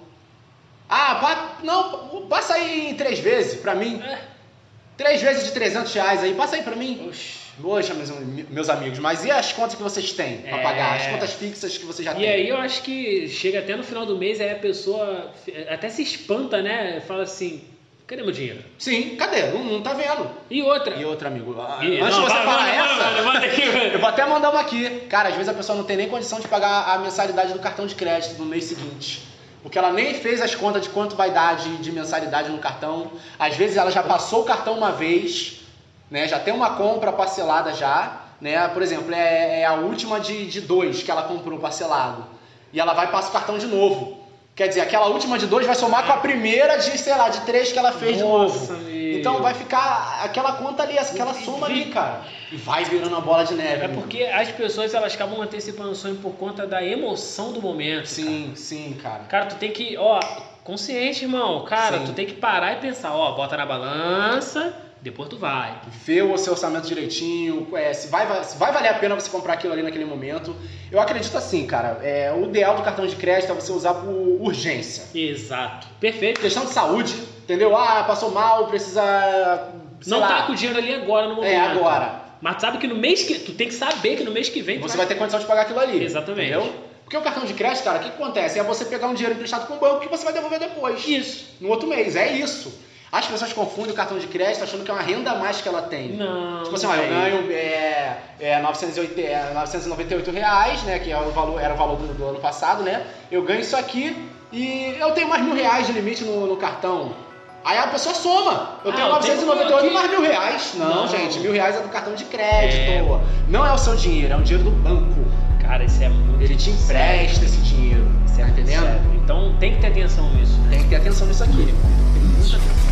S2: Ah, pa- não, passa aí em três vezes para mim.
S1: É.
S2: Três vezes de 300 reais aí, passa aí para mim.
S1: Oxi.
S2: Poxa, meus, meus amigos, mas e as contas que vocês têm pra
S1: É.
S2: pagar? As contas fixas que vocês já
S1: E
S2: têm?
S1: aí eu acho que chega até no final do mês, aí a pessoa f- até se espanta, né? Fala assim, cadê meu dinheiro?
S2: Sim, cadê? Não, não tá vendo.
S1: E outra.
S2: E outro amigo, ah,
S1: Ih,
S2: antes de
S1: não,
S2: você
S1: vai,
S2: falar
S1: vai,
S2: essa,
S1: vai, levanta aqui, velho.
S2: eu vou até mandar uma aqui. Cara, às vezes a pessoa não tem nem condição de pagar a mensalidade do cartão de crédito no mês seguinte. Porque ela nem fez as contas de quanto vai dar de, de mensalidade no cartão. Às vezes ela já passou o cartão uma vez, né? Já tem uma compra parcelada já, né? Por exemplo, é, é a última de, de dois que ela comprou parcelado. E ela vai e passa o cartão de novo. Quer dizer, aquela última de dois vai somar com a primeira de, sei lá, de três que ela fez de novo.
S1: Nossa, meu.
S2: Então vai ficar aquela conta ali, aquela soma ali, cara. E vai virando a bola de neve.
S1: É
S2: amigo.
S1: porque as pessoas elas acabam antecipando o sonho por conta da emoção do momento.
S2: Sim, sim, cara.
S1: Cara, tu tem que, ó, consciente, irmão. Cara,
S2: Sim.
S1: tu tem que parar e pensar, ó, bota na balança, depois tu vai.
S2: Vê o seu orçamento direitinho, é, se, vai, va- se vai valer a pena você comprar aquilo ali naquele momento. Eu acredito assim, cara. é, o ideal do cartão de crédito é você usar por urgência.
S1: Exato. Perfeito.
S2: Questão de saúde, entendeu? Ah, passou mal, precisa. sei
S1: Não
S2: lá,
S1: tá com o dinheiro ali agora no momento.
S2: É, agora.
S1: Mas tu sabe que no mês que. Tu tem que saber que no mês que vem. tu
S2: Você vai ter condição de pagar aquilo ali.
S1: né? Exatamente.
S2: Entendeu? Porque o cartão de crédito, cara, o que que acontece? É você pegar um dinheiro emprestado com o banco que você vai devolver depois.
S1: Isso.
S2: no outro mês. É isso. As pessoas confundem o cartão de crédito achando que é uma renda a mais que ela tem.
S1: Não.
S2: Tipo assim, ó, eu
S1: velho.
S2: ganho é, é, 908, é, 998 reais, né? Que é o valor, era o valor do, do ano passado, né? Eu ganho isso aqui e eu tenho mais mil reais de limite no, no cartão. Aí a pessoa soma. Eu
S1: Ah,
S2: tenho
S1: eu tenho
S2: 998
S1: aqui.
S2: e mais mil reais. Não,
S1: Não.
S2: gente, mil reais é do cartão de crédito.
S1: É.
S2: Não é o seu dinheiro, é o dinheiro do banco.
S1: Cara, isso é muito.
S2: Ele te empresta esse dinheiro.
S1: Isso é
S2: Tá
S1: muito
S2: entendendo?
S1: sério. Então tem que ter atenção nisso. né?
S2: Tem que ter atenção nisso aqui. Tem muita atenção.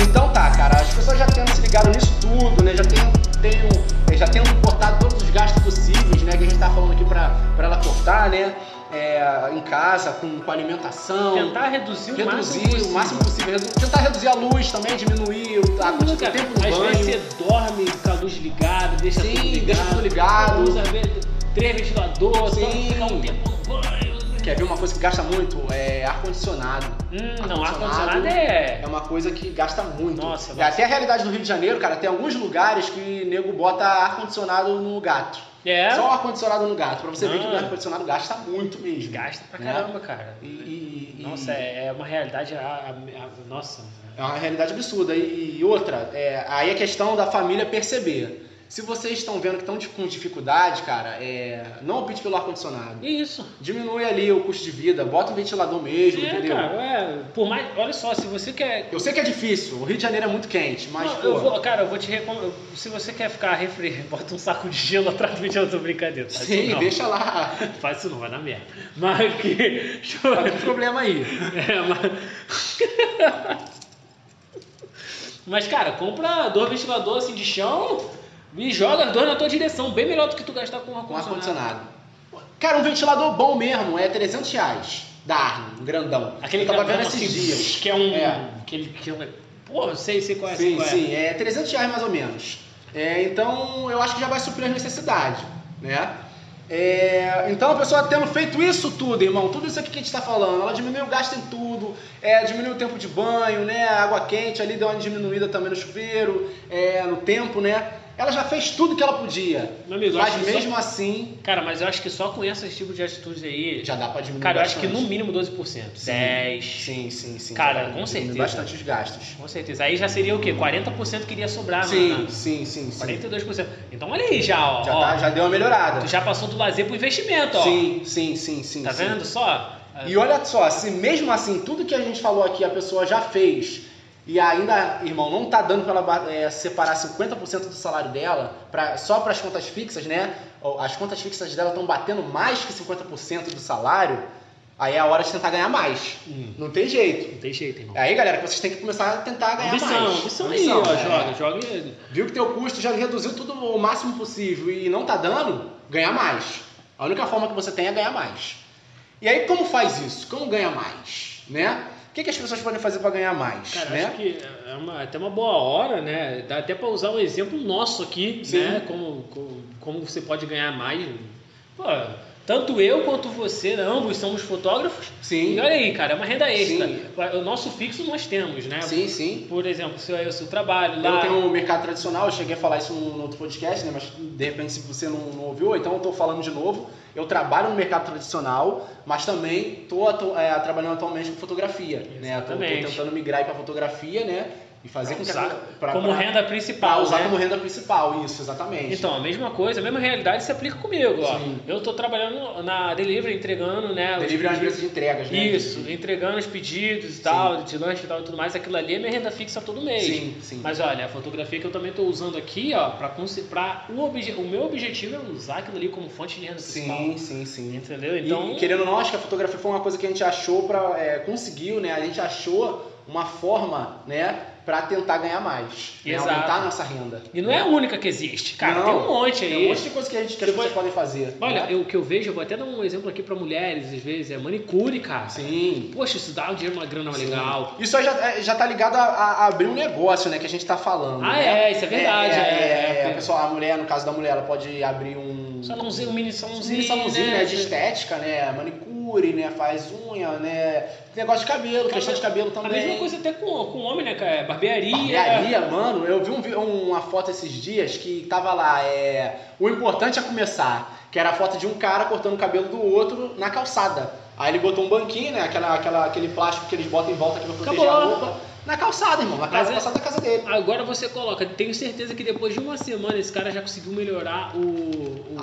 S2: Então tá, cara, as pessoas já tendo se ligado nisso tudo, né? Já tenho, tenho, eh, já tendo cortado todos os gastos possíveis, né? Que a gente tá falando aqui pra, pra ela cortar, né? É, em casa, com, com alimentação.
S1: Tentar reduzir,
S2: reduzir
S1: o máximo.
S2: o máximo possível. redu- tentar reduzir a luz também, diminuir o a quantidade de
S1: Cara,
S2: tempo no
S1: às
S2: banho.
S1: vezes você dorme com a luz ligada, deixa
S2: Sim,
S1: tudo ligado.
S2: deixa tudo ligado.
S1: Usa às vezes, três ventiladores,
S2: Sim.
S1: toma- fica um tempo no banho.
S2: Quer ver uma coisa que gasta muito? É ar-condicionado.
S1: Hum, não,
S2: Ar-condicionado
S1: ar-condicionado é...
S2: É uma coisa que gasta muito.
S1: Nossa,
S2: e até a realidade do Rio de Janeiro, cara, tem alguns lugares que nego bota ar-condicionado no gato.
S1: É,
S2: Só o ar-condicionado no gato, pra você ver que
S1: Ah.
S2: o ar-condicionado gasta muito mesmo.
S1: gasta pra
S2: Né?
S1: caramba, cara.
S2: E, e- e-
S1: Nossa, é, é uma realidade... A, a- a- nossa, né?
S2: é uma realidade absurda. E, e outra, é, aí a questão da família perceber. Se vocês estão vendo que estão com dificuldade, cara, é, não opte pelo ar-condicionado.
S1: e isso.
S2: Diminui ali o custo de vida, bota um ventilador mesmo,
S1: É,
S2: entendeu?
S1: cara, é, por mais... Olha só, se você quer...
S2: Eu sei que é difícil, o Rio de Janeiro é muito quente, mas
S1: Não,
S2: pô,
S1: eu vou, cara, eu vou te recomendar. Se você quer ficar refri, bota um saco de gelo atrás do ventilador, brincadeira. faz
S2: sim,
S1: isso não.
S2: deixa lá.
S1: Faz isso não, vai dar merda. Mas que. deixa eu-
S2: Tá com problema aí.
S1: É, mas... mas, cara, compra dois ventiladores assim de chão e joga as duas na tua direção. Bem melhor do que tu gastar com
S2: Com
S1: ar-condicionado.
S2: ar-condicionado. Cara, um ventilador bom mesmo é 300 reais. Da Arno, um grandão.
S1: Aquele
S2: eu tava
S1: grandão,
S2: vendo esses
S1: assim,
S2: dias.
S1: Que é um.
S2: É.
S1: Aquele que é um. Pô, eu sei, sei qual é. sei
S2: Sim,
S1: qual é.
S2: sim, é 300 reais mais ou menos. É, então, eu acho que já vai suprir a necessidade, né? É, então, a pessoa tendo feito isso tudo, irmão, tudo isso aqui que a gente tá falando, ela diminuiu o gasto em tudo, é, diminuiu o tempo de banho, né? Água quente ali deu uma diminuída também no chuveiro, é, no tempo, né? Ela já fez tudo que ela podia.
S1: Meu amigo, eu
S2: Mas
S1: acho que
S2: mesmo assim,
S1: só- Cara, mas eu acho que só com esses tipos de atitudes aí.
S2: já dá pra diminuir
S1: cara, eu acho
S2: bastante.
S1: que no mínimo 12%.
S2: Sim.
S1: 10%.
S2: Sim, sim, sim.
S1: Cara,
S2: já
S1: com
S2: diminuir
S1: certeza.
S2: bastante os gastos.
S1: Com certeza. Aí já seria o quê? 40% que iria sobrar,
S2: sim,
S1: mano.
S2: sim, sim, sim.
S1: 42%. Então olha aí já, ó.
S2: Já,
S1: ó,
S2: tá- já deu uma melhorada.
S1: Tu já passou do lazer pro investimento, ó.
S2: Sim, sim, sim, sim.
S1: Tá
S2: sim.
S1: vendo só?
S2: E olha só, se mesmo assim tudo que a gente falou aqui a pessoa já fez e ainda, irmão, não tá dando pra ela ba- eh, separar 50% do salário dela pra, só para as contas fixas, né? Ó, As contas fixas dela estão batendo mais que 50% do salário, aí é a hora de tentar ganhar mais.
S1: Hum,
S2: Não tem jeito.
S1: Não tem jeito, irmão.
S2: Aí, galera, vocês têm que começar a tentar É, ganhar
S1: Ambição,
S2: mais.
S1: ambição aí, ó.
S2: né?
S1: Joga, joga.
S2: Viu que teu custo já reduziu tudo o máximo possível e não tá dando, ganhar mais. A única forma que você tem é ganhar mais. E aí, como faz isso? Como ganha mais? Né? O que, que as pessoas podem fazer para ganhar mais?
S1: Cara,
S2: né?
S1: acho que é uma- até uma boa hora, né? Dá até pra usar um exemplo nosso aqui,
S2: Sim.
S1: né? Como, como, como você pode ganhar mais. Pô, tanto eu quanto você, né? ambos somos fotógrafos.
S2: Sim,
S1: E olha aí, cara, é uma renda extra.
S2: Sim.
S1: O nosso fixo nós temos, né?
S2: sim, sim.
S1: Por exemplo, se eu, se eu trabalho lá.
S2: Eu tenho um o mercado tradicional, eu cheguei a falar isso no, no outro podcast, né? Mas de repente, se você não, não ouviu, então eu tô falando de novo. Eu trabalho no mercado tradicional, mas também tô atu- é, trabalhando atualmente com fotografia. Né? Tô, tô
S1: Exatamente.
S2: tentando migrar para fotografia, né? E fazer
S1: Pra
S2: com
S1: usar
S2: que a- pra-
S1: como
S2: pra-
S1: renda
S2: Pra
S1: principal.
S2: usar
S1: né?
S2: como renda principal, isso, exatamente.
S1: Então, a mesma coisa, a mesma realidade se aplica comigo. Ó.
S2: Sim.
S1: Eu tô trabalhando na delivery, entregando, né? os
S2: Delivery é
S1: pedidos.
S2: uma empresa de entregas, né?
S1: Isso, entregando os pedidos e tal, de lanche e tal e tudo mais, aquilo ali é minha renda fixa todo mês.
S2: Sim, sim.
S1: Mas olha, a fotografia que eu também estou usando aqui, ó, pra, consi- pra o, obje- o meu objetivo é usar aquilo ali como fonte de renda
S2: Sim,
S1: principal.
S2: sim, sim.
S1: Entendeu?
S2: Então,
S1: Então,
S2: e, querendo ou não, acho que a fotografia foi uma coisa que a gente achou para conseguiu, né? A gente achou uma forma, né, para tentar ganhar mais, né?
S1: Exato.
S2: aumentar a nossa renda.
S1: e não é a única que existe, cara,
S2: Não.
S1: tem um monte aí.
S2: Tem um monte de coisa que a gente que as
S1: Depois-
S2: pessoas podem fazer.
S1: Olha,
S2: né?
S1: eu- o que eu vejo, eu vou até dar um exemplo aqui pra mulheres, às vezes, é manicure, cara.
S2: sim.
S1: Poxa, isso dá um dinheiro, uma grana
S2: sim.
S1: legal.
S2: Isso aí já, é, já tá ligado a, a abrir um negócio, né? Que a gente tá falando.
S1: Ah,
S2: né?
S1: é, isso é verdade,
S2: É,
S1: é,
S2: é,
S1: é,
S2: a, pessoa, a mulher, no caso da mulher, ela pode abrir um.
S1: Salãozinho, um mini
S2: Salãozinho,
S1: salãozinho,
S2: salãozinho, né? De
S1: Você-
S2: estética, né? Manicure, né? Faz unha, né? Negócio de cabelo, questão de cabelo
S1: A
S2: também.
S1: mesma coisa é. até com com homem, né, cara? Barbearia.
S2: Barbearia, mano, eu vi um vi- uma foto esses dias que tava lá, é. O importante é começar. Que era a foto de um cara cortando o cabelo do outro na calçada. Aí ele botou um banquinho, né? Aquela, aquela, aquele plástico que eles botam em volta aqui pra proteger
S1: Acabou.
S2: a roupa. Na calçada, irmão. Na
S1: Mas
S2: casa,
S1: é-
S2: calçada da casa dele.
S1: Agora você coloca, tenho certeza que depois de uma semana esse cara já conseguiu melhorar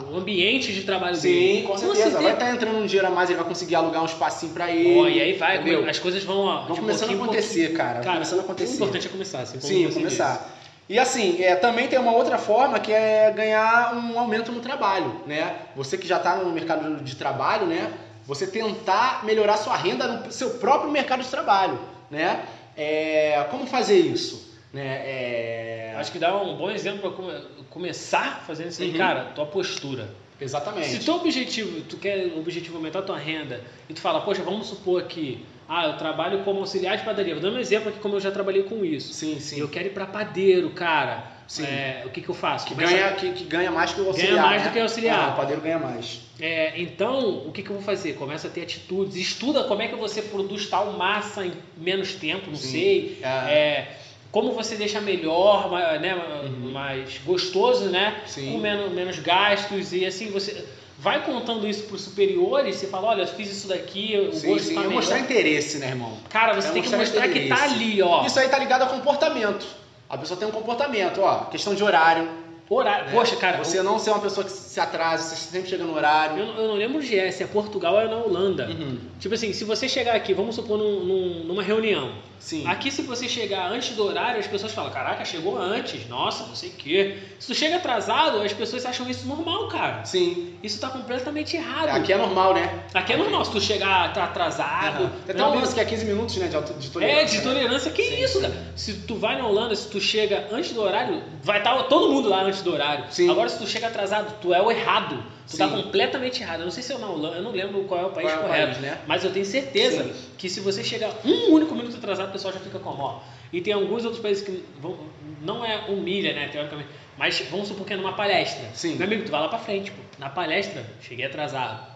S1: o, o ambiente de trabalho dele.
S2: Ah. Sim, com certeza. Vai estar entrando um dinheiro a mais, ele vai conseguir alugar um espacinho pra ele.
S1: Ó, e aí vai,
S2: entendeu?
S1: as coisas vão, ó.
S2: Vão
S1: de
S2: começando a
S1: pouquinho em
S2: acontecer, cara.
S1: pouquinho.
S2: Vão começando a
S1: o
S2: acontecer.
S1: importante é começar, assim, como
S2: Sim,
S1: você
S2: começar.
S1: disse.
S2: E assim, é, também tem uma outra forma que é ganhar um aumento no trabalho, né? Você que já está no mercado de trabalho, né? Você tentar melhorar sua renda no seu próprio mercado de trabalho, né? É, como fazer isso? Né? É,
S1: Acho que dá um bom exemplo pra come- começar fazendo isso aí,
S2: Uhum.
S1: cara, tua postura.
S2: Exatamente.
S1: Se teu objetivo, tu quer o objetivo é aumentar a tua renda, e tu fala, poxa, vamos supor que, ah, eu trabalho como auxiliar de padaria. Vou dando um exemplo aqui como eu já trabalhei com isso.
S2: Sim, sim.
S1: E eu quero ir pra padeiro, cara.
S2: Sim.
S1: É, o que, que eu faço?
S2: Que,
S1: Começa-
S2: ganha, que, que ganha mais que o auxiliar.
S1: mais
S2: né?
S1: do que o auxiliar.
S2: Ah, o padeiro ganha mais.
S1: É, então, o que, que eu vou fazer? Começa a ter atitudes, estuda como é que você produz tal massa em menos tempo, não
S2: Sim.
S1: sei.
S2: É,
S1: É, como você deixa melhor, ma- né,
S2: Uhum.
S1: mais gostoso, né?
S2: Sim.
S1: Com menos, menos gastos e assim você vai contando isso para os superiores. Você fala, olha, eu fiz isso daqui, o
S2: sim,
S1: gosto
S2: sim.
S1: tá
S2: É
S1: melhor.
S2: mostrar interesse, né, irmão?
S1: Cara, você
S2: é
S1: tem que
S2: mostrar
S1: mostrar que tá
S2: interesse.
S1: ali, ó.
S2: Isso aí tá ligado a comportamento. A pessoa tem um comportamento, ó. Questão de horário.
S1: Horário.
S2: né?
S1: Poxa, cara,
S2: Você não ser uma pessoa que se atrasa, você sempre chega no horário.
S1: eu, eu não lembro de é, se é Portugal ou é na Holanda.
S2: Uhum.
S1: Tipo assim, se você chegar aqui, vamos supor num- num- numa reunião.
S2: Sim.
S1: Aqui, se você chegar antes do horário, as pessoas falam: Caraca, chegou antes, nossa, não sei o quê. Se tu chega atrasado, as pessoas acham isso normal, cara.
S2: Sim.
S1: Isso tá completamente errado.
S2: Aqui é normal, né?
S1: Aqui é normal se tu chegar tá atrasado.
S2: Uhum. Tem até um lance que é 15 minutos, né? De, auto- de
S1: É,
S2: tolerância,
S1: de
S2: né?
S1: tolerância, que
S2: Sim,
S1: isso,
S2: sim.
S1: cara? Se tu vai na Holanda, se tu chega antes do horário, vai estar todo mundo lá antes do horário.
S2: Sim.
S1: Agora, se tu chega atrasado, tu é o errado. Tu tá
S2: Sim.
S1: completamente errado. Eu não sei se é na Holanda, eu não lembro qual é o país
S2: Qual é o
S1: correto.
S2: país, né?
S1: Mas eu tenho certeza que se você chegar um único minuto atrasado, o pessoal já fica como, ó. E tem alguns outros países que vão- não é humilha, né, teoricamente. Mas vamos supor que é numa palestra.
S2: Sim.
S1: Meu amigo, tu vai lá pra frente, pô. Na palestra, cheguei atrasado.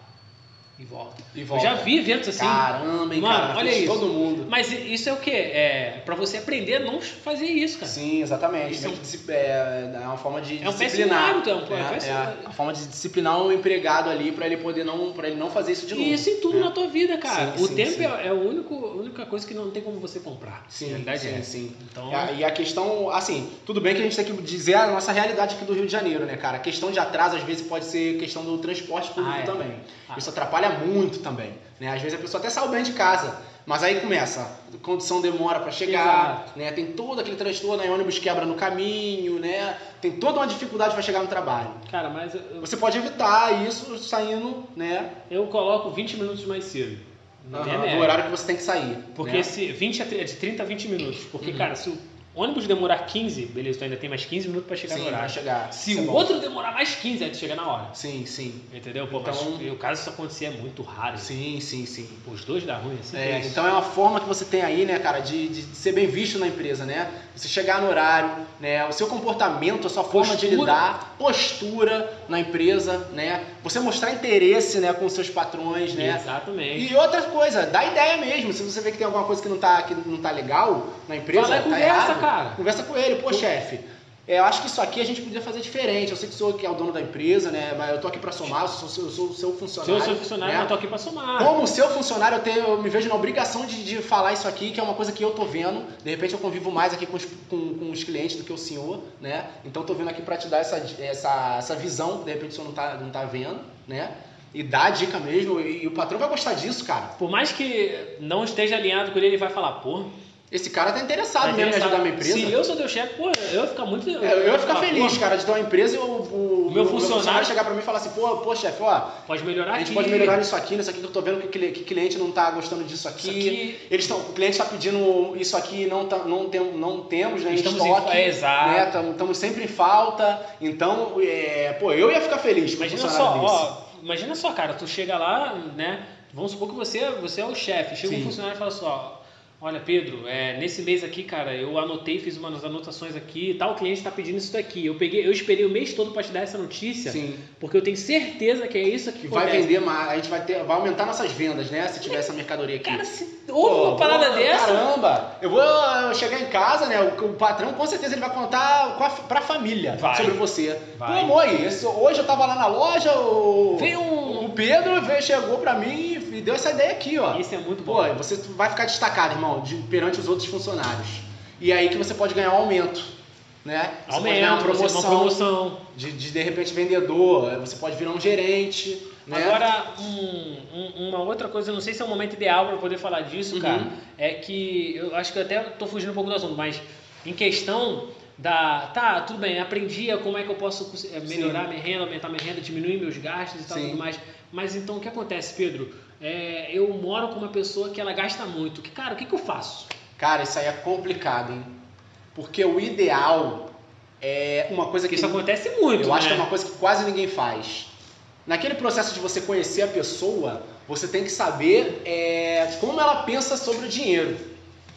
S1: e volta.
S2: E
S1: Eu
S2: volta.
S1: já vi eventos assim.
S2: Caramba, hein,
S1: Mano,
S2: cara?
S1: olha
S2: fez
S1: isso.
S2: Todo mundo.
S1: Mas isso é o quê? É pra você aprender a não fazer isso, cara.
S2: Sim, exatamente.
S1: Isso é um-
S2: Meio que disci- É, é uma forma de
S1: É um péssimo
S2: disciplinar.
S1: hábito, é um- é um péssimo-
S2: é a forma de disciplinar um empregado ali pra ele poder não, para ele não fazer isso de novo.
S1: E isso em tudo
S2: né?
S1: na tua vida, cara.
S2: Sim,
S1: o
S2: sim,
S1: tempo
S2: sim.
S1: é, é o único, a única coisa que não tem como você comprar.
S2: Sim,
S1: a verdade
S2: sim,
S1: é essa.
S2: sim.
S1: Então,
S2: E a- E a questão, assim, tudo bem que a gente tem que dizer a nossa realidade aqui do Rio de Janeiro, né, cara? A questão de atraso, às vezes, pode ser questão do transporte público
S1: Ah, é.
S2: também.
S1: Ah.
S2: Isso atrapalha muito também, né? Às vezes a pessoa até saiu bem de casa, mas aí começa, a condição demora pra chegar, né? Tem todo aquele transtorno, aí ônibus quebra no caminho, né? Tem toda uma dificuldade pra chegar no trabalho.
S1: cara, mas eu, eu-
S2: Você pode evitar isso saindo, né?
S1: eu coloco 20 minutos mais cedo. Não é
S2: aham,
S1: merda.
S2: no horário que você tem que sair.
S1: Porque
S2: né?
S1: se 20 a, tri- de 30 a 20 minutos. Porque,
S2: Uhum.
S1: cara, se o ônibus demorar 15, beleza, tu ainda tem mais 15 minutos pra chegar no
S2: Sim, vai
S1: horário.
S2: chegar.
S1: Se
S2: Isso é
S1: o
S2: bom.
S1: outro demorar mais 15, aí tu chega na hora.
S2: Sim, sim.
S1: Entendeu? Pô, mas
S2: Então-
S1: o caso isso acontecer é muito raro.
S2: Sim, sim, sim.
S1: Pô, Os dois dá ruim, assim.
S2: É,
S1: que isso.
S2: então é uma forma que você tem aí, né, cara, de, de ser bem visto na empresa, né? Você chegar no horário, né? O seu comportamento, a sua forma de
S1: Postura.
S2: lidar, postura na empresa, né? Você mostrar interesse, né, com os seus patrões, né?
S1: É, Exatamente.
S2: E outra coisa, dá ideia mesmo. Se você vê que tem alguma coisa que não tá, que não tá legal na empresa,
S1: Fala e
S2: tá
S1: conversa,
S2: errado,
S1: cara.
S2: Conversa com ele, pô, chefe. é, eu acho que isso aqui a gente podia fazer diferente. Eu sei que o senhor que é o dono da empresa, né? Mas eu tô aqui pra somar, eu sou, eu sou o seu
S1: Se
S2: funcionário.
S1: eu sou funcionário,
S2: né?
S1: eu tô aqui pra somar.
S2: Como seu funcionário, eu, tenho, eu me vejo na obrigação de, de falar isso aqui, que é uma coisa que eu tô vendo. De repente eu convivo mais aqui com os, com- com os clientes do que o senhor, né? Então tô vindo aqui pra te dar essa, essa, essa visão, que de repente o senhor não tá, não tá vendo, né? E dá a dica mesmo, e, e o patrão vai gostar disso, cara.
S1: Por mais que não esteja alinhado com ele, ele vai falar, pô,
S2: Esse cara tá interessado
S1: Mas
S2: mesmo em
S1: ele
S2: ajudar a
S1: sabe,
S2: minha empresa.
S1: Se eu sou teu chefe, pô, eu ia ficar muito.
S2: É, eu ia ficar
S1: falar,
S2: feliz,
S1: pô,
S2: cara, de ter uma empresa e o, o-
S1: O meu
S2: o
S1: funcionário-
S2: chegar pra mim e falar assim, pô, pô, chefe, ó,
S1: Pode melhorar
S2: a gente
S1: aqui.
S2: pode melhorar isso aqui, nisso aqui que eu tô vendo que, cli- que cliente não tá gostando disso
S1: isso
S2: aqui.
S1: aqui.
S2: Eles tão, o cliente está pedindo isso aqui, não, tá- não, tem- não temos né, em
S1: Estamos em
S2: estoque.
S1: fa- é, exato.
S2: Estamos sempre em falta. Então, é, pô, eu ia ficar feliz com um
S1: Imagina só,
S2: funcionário desse.
S1: ó, imagina só, cara, tu chega lá, né? Vamos supor que você, você é o chefe. Chega um
S2: Sim.
S1: funcionário e fala só. Olha, Pedro, é, nesse mês aqui, cara, eu anotei, fiz umas anotações aqui e tal, o cliente tá pedindo isso daqui. Eu peguei, eu esperei o mês todo pra te dar essa notícia,
S2: Sim.
S1: porque eu tenho certeza que é isso que
S2: Que vai
S1: acontece.
S2: vender mais, a gente vai, ter, vai aumentar nossas vendas, né? Se tiver essa mercadoria aqui.
S1: Cara, se houve
S2: Pô,
S1: uma parada
S2: pô,
S1: dessa,
S2: Caramba! Eu vou eu chegar em casa, né? O, o patrão com certeza ele vai contar com a, pra família
S1: Vai.
S2: sobre você.
S1: Vai.
S2: Pô, amor, esse- hoje eu tava lá na loja, o,
S1: veio um.
S2: o Pedro veio, chegou pra mim e deu essa ideia aqui, ó.
S1: Isso é muito bom.
S2: Pô, você vai ficar destacado, irmão, de- perante os outros funcionários. E aí que você pode ganhar um aumento, né? Você pode ganhar uma
S1: Aumenta, você tem
S2: promoção,
S1: uma promoção.
S2: De, de, de repente, vendedor, você pode virar um gerente, né?
S1: Agora, um- um- uma outra coisa, não sei se é o momento ideal para poder falar disso,
S2: Uhum.
S1: cara, é que eu acho que eu até tô fugindo um pouco do assunto, mas em questão da. Tá, tudo bem, aprendi a como é que eu posso cons- eh, melhorar minha renda, aumentar minha renda, diminuir meus gastos e tal
S2: Sim.
S1: tudo mais. Mas então o que acontece, Pedro? É, eu moro com uma pessoa que ela gasta muito. Que, cara, o que, que eu faço?
S2: Cara, isso aí é complicado, hein? Porque o ideal é uma coisa
S1: Porque
S2: que
S1: isso acontece muito.
S2: eu acho que
S1: né?
S2: é uma coisa que quase ninguém faz. Naquele processo de você conhecer a pessoa, você tem que saber é, como ela pensa sobre o dinheiro.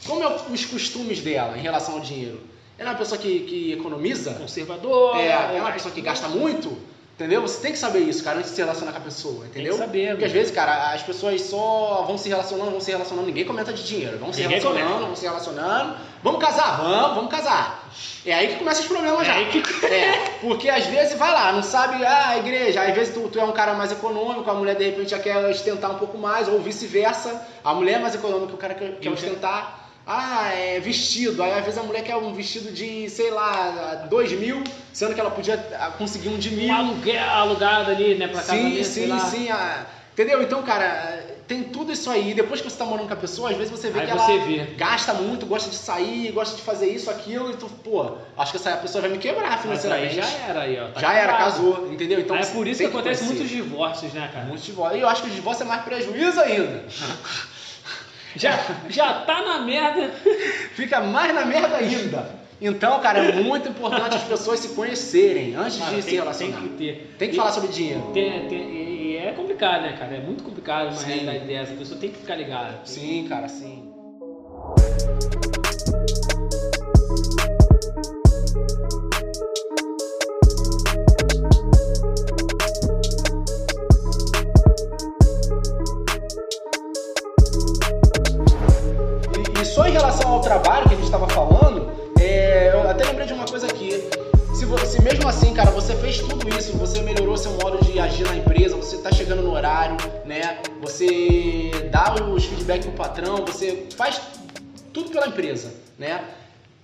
S2: Como é o- os costumes dela em relação ao dinheiro. Ela é uma pessoa que, que economiza?
S1: Conservador, né?
S2: É, é uma
S1: mais-
S2: pessoa que gasta muito, entendeu? Você tem que saber isso, cara, antes de se relacionar com a pessoa,
S1: Tem que
S2: entendeu?
S1: saber, né?
S2: Porque às
S1: mano.
S2: vezes, cara, as pessoas só vão se relacionando, vão se relacionando, ninguém comenta de dinheiro. Vão se
S1: Ninguém
S2: relacionando,
S1: comenta.
S2: vão se relacionando. Vamos casar, vamos, vamos casar. É aí que começam os problemas
S1: É
S2: já.
S1: aí que-
S2: É, porque às vezes vai lá, não sabe, ah, a igreja, às vezes tu, tu é um cara mais econômico, a mulher de repente já quer ostentar um pouco mais, ou vice-versa, a mulher é mais econômica, o cara quer, quer
S1: Eu-
S2: ostentar. Ah, é vestido. Aí às vezes a mulher quer um vestido de, sei lá, dois mil, sendo que ela podia ah, conseguir um de
S1: um
S2: mil.
S1: aluguel alugado ali, né, pra
S2: Sim,
S1: casamento, sei
S2: sim,
S1: lá.
S2: sim. ah, entendeu? Então, cara, tem tudo isso aí. Depois que você tá morando com a pessoa, às vezes você vê
S1: Aí
S2: que
S1: você
S2: ela
S1: vê.
S2: gasta muito, gosta de sair, gosta de fazer isso, aquilo, e tu, pô, acho que essa pessoa vai me quebrar
S1: Mas aí
S2: financeiramente. é.
S1: já era aí, ó. tá
S2: Já era,
S1: quebrado.
S2: casou, entendeu? Então
S1: Aí é
S2: você
S1: por isso que
S2: tem
S1: acontece
S2: conhecer.
S1: muitos divórcios, né, cara?
S2: Muitos divórcios. E eu acho que o divórcio é mais prejuízo ainda.
S1: Já, já tá na merda.
S2: Fica mais na merda ainda. Então, cara, é muito importante as pessoas se conhecerem antes
S1: Cara,
S2: de
S1: tem-
S2: se relacionar.
S1: Tem que ter.
S2: Tem que
S1: E-
S2: falar sobre dinheiro.
S1: tem- tem- e e é complicado, né, cara? É muito complicado uma
S2: Sim.
S1: realidade dessa. A pessoa tem que ficar ligada.
S2: Sim, cara, sim. trabalho que a gente estava falando, é, eu até lembrei de uma coisa aqui. Se, você, se mesmo assim, cara, você fez tudo isso, você melhorou seu modo de agir na empresa, você tá chegando no horário, né? Você dá os feedback pro patrão, você faz tudo pela empresa, né?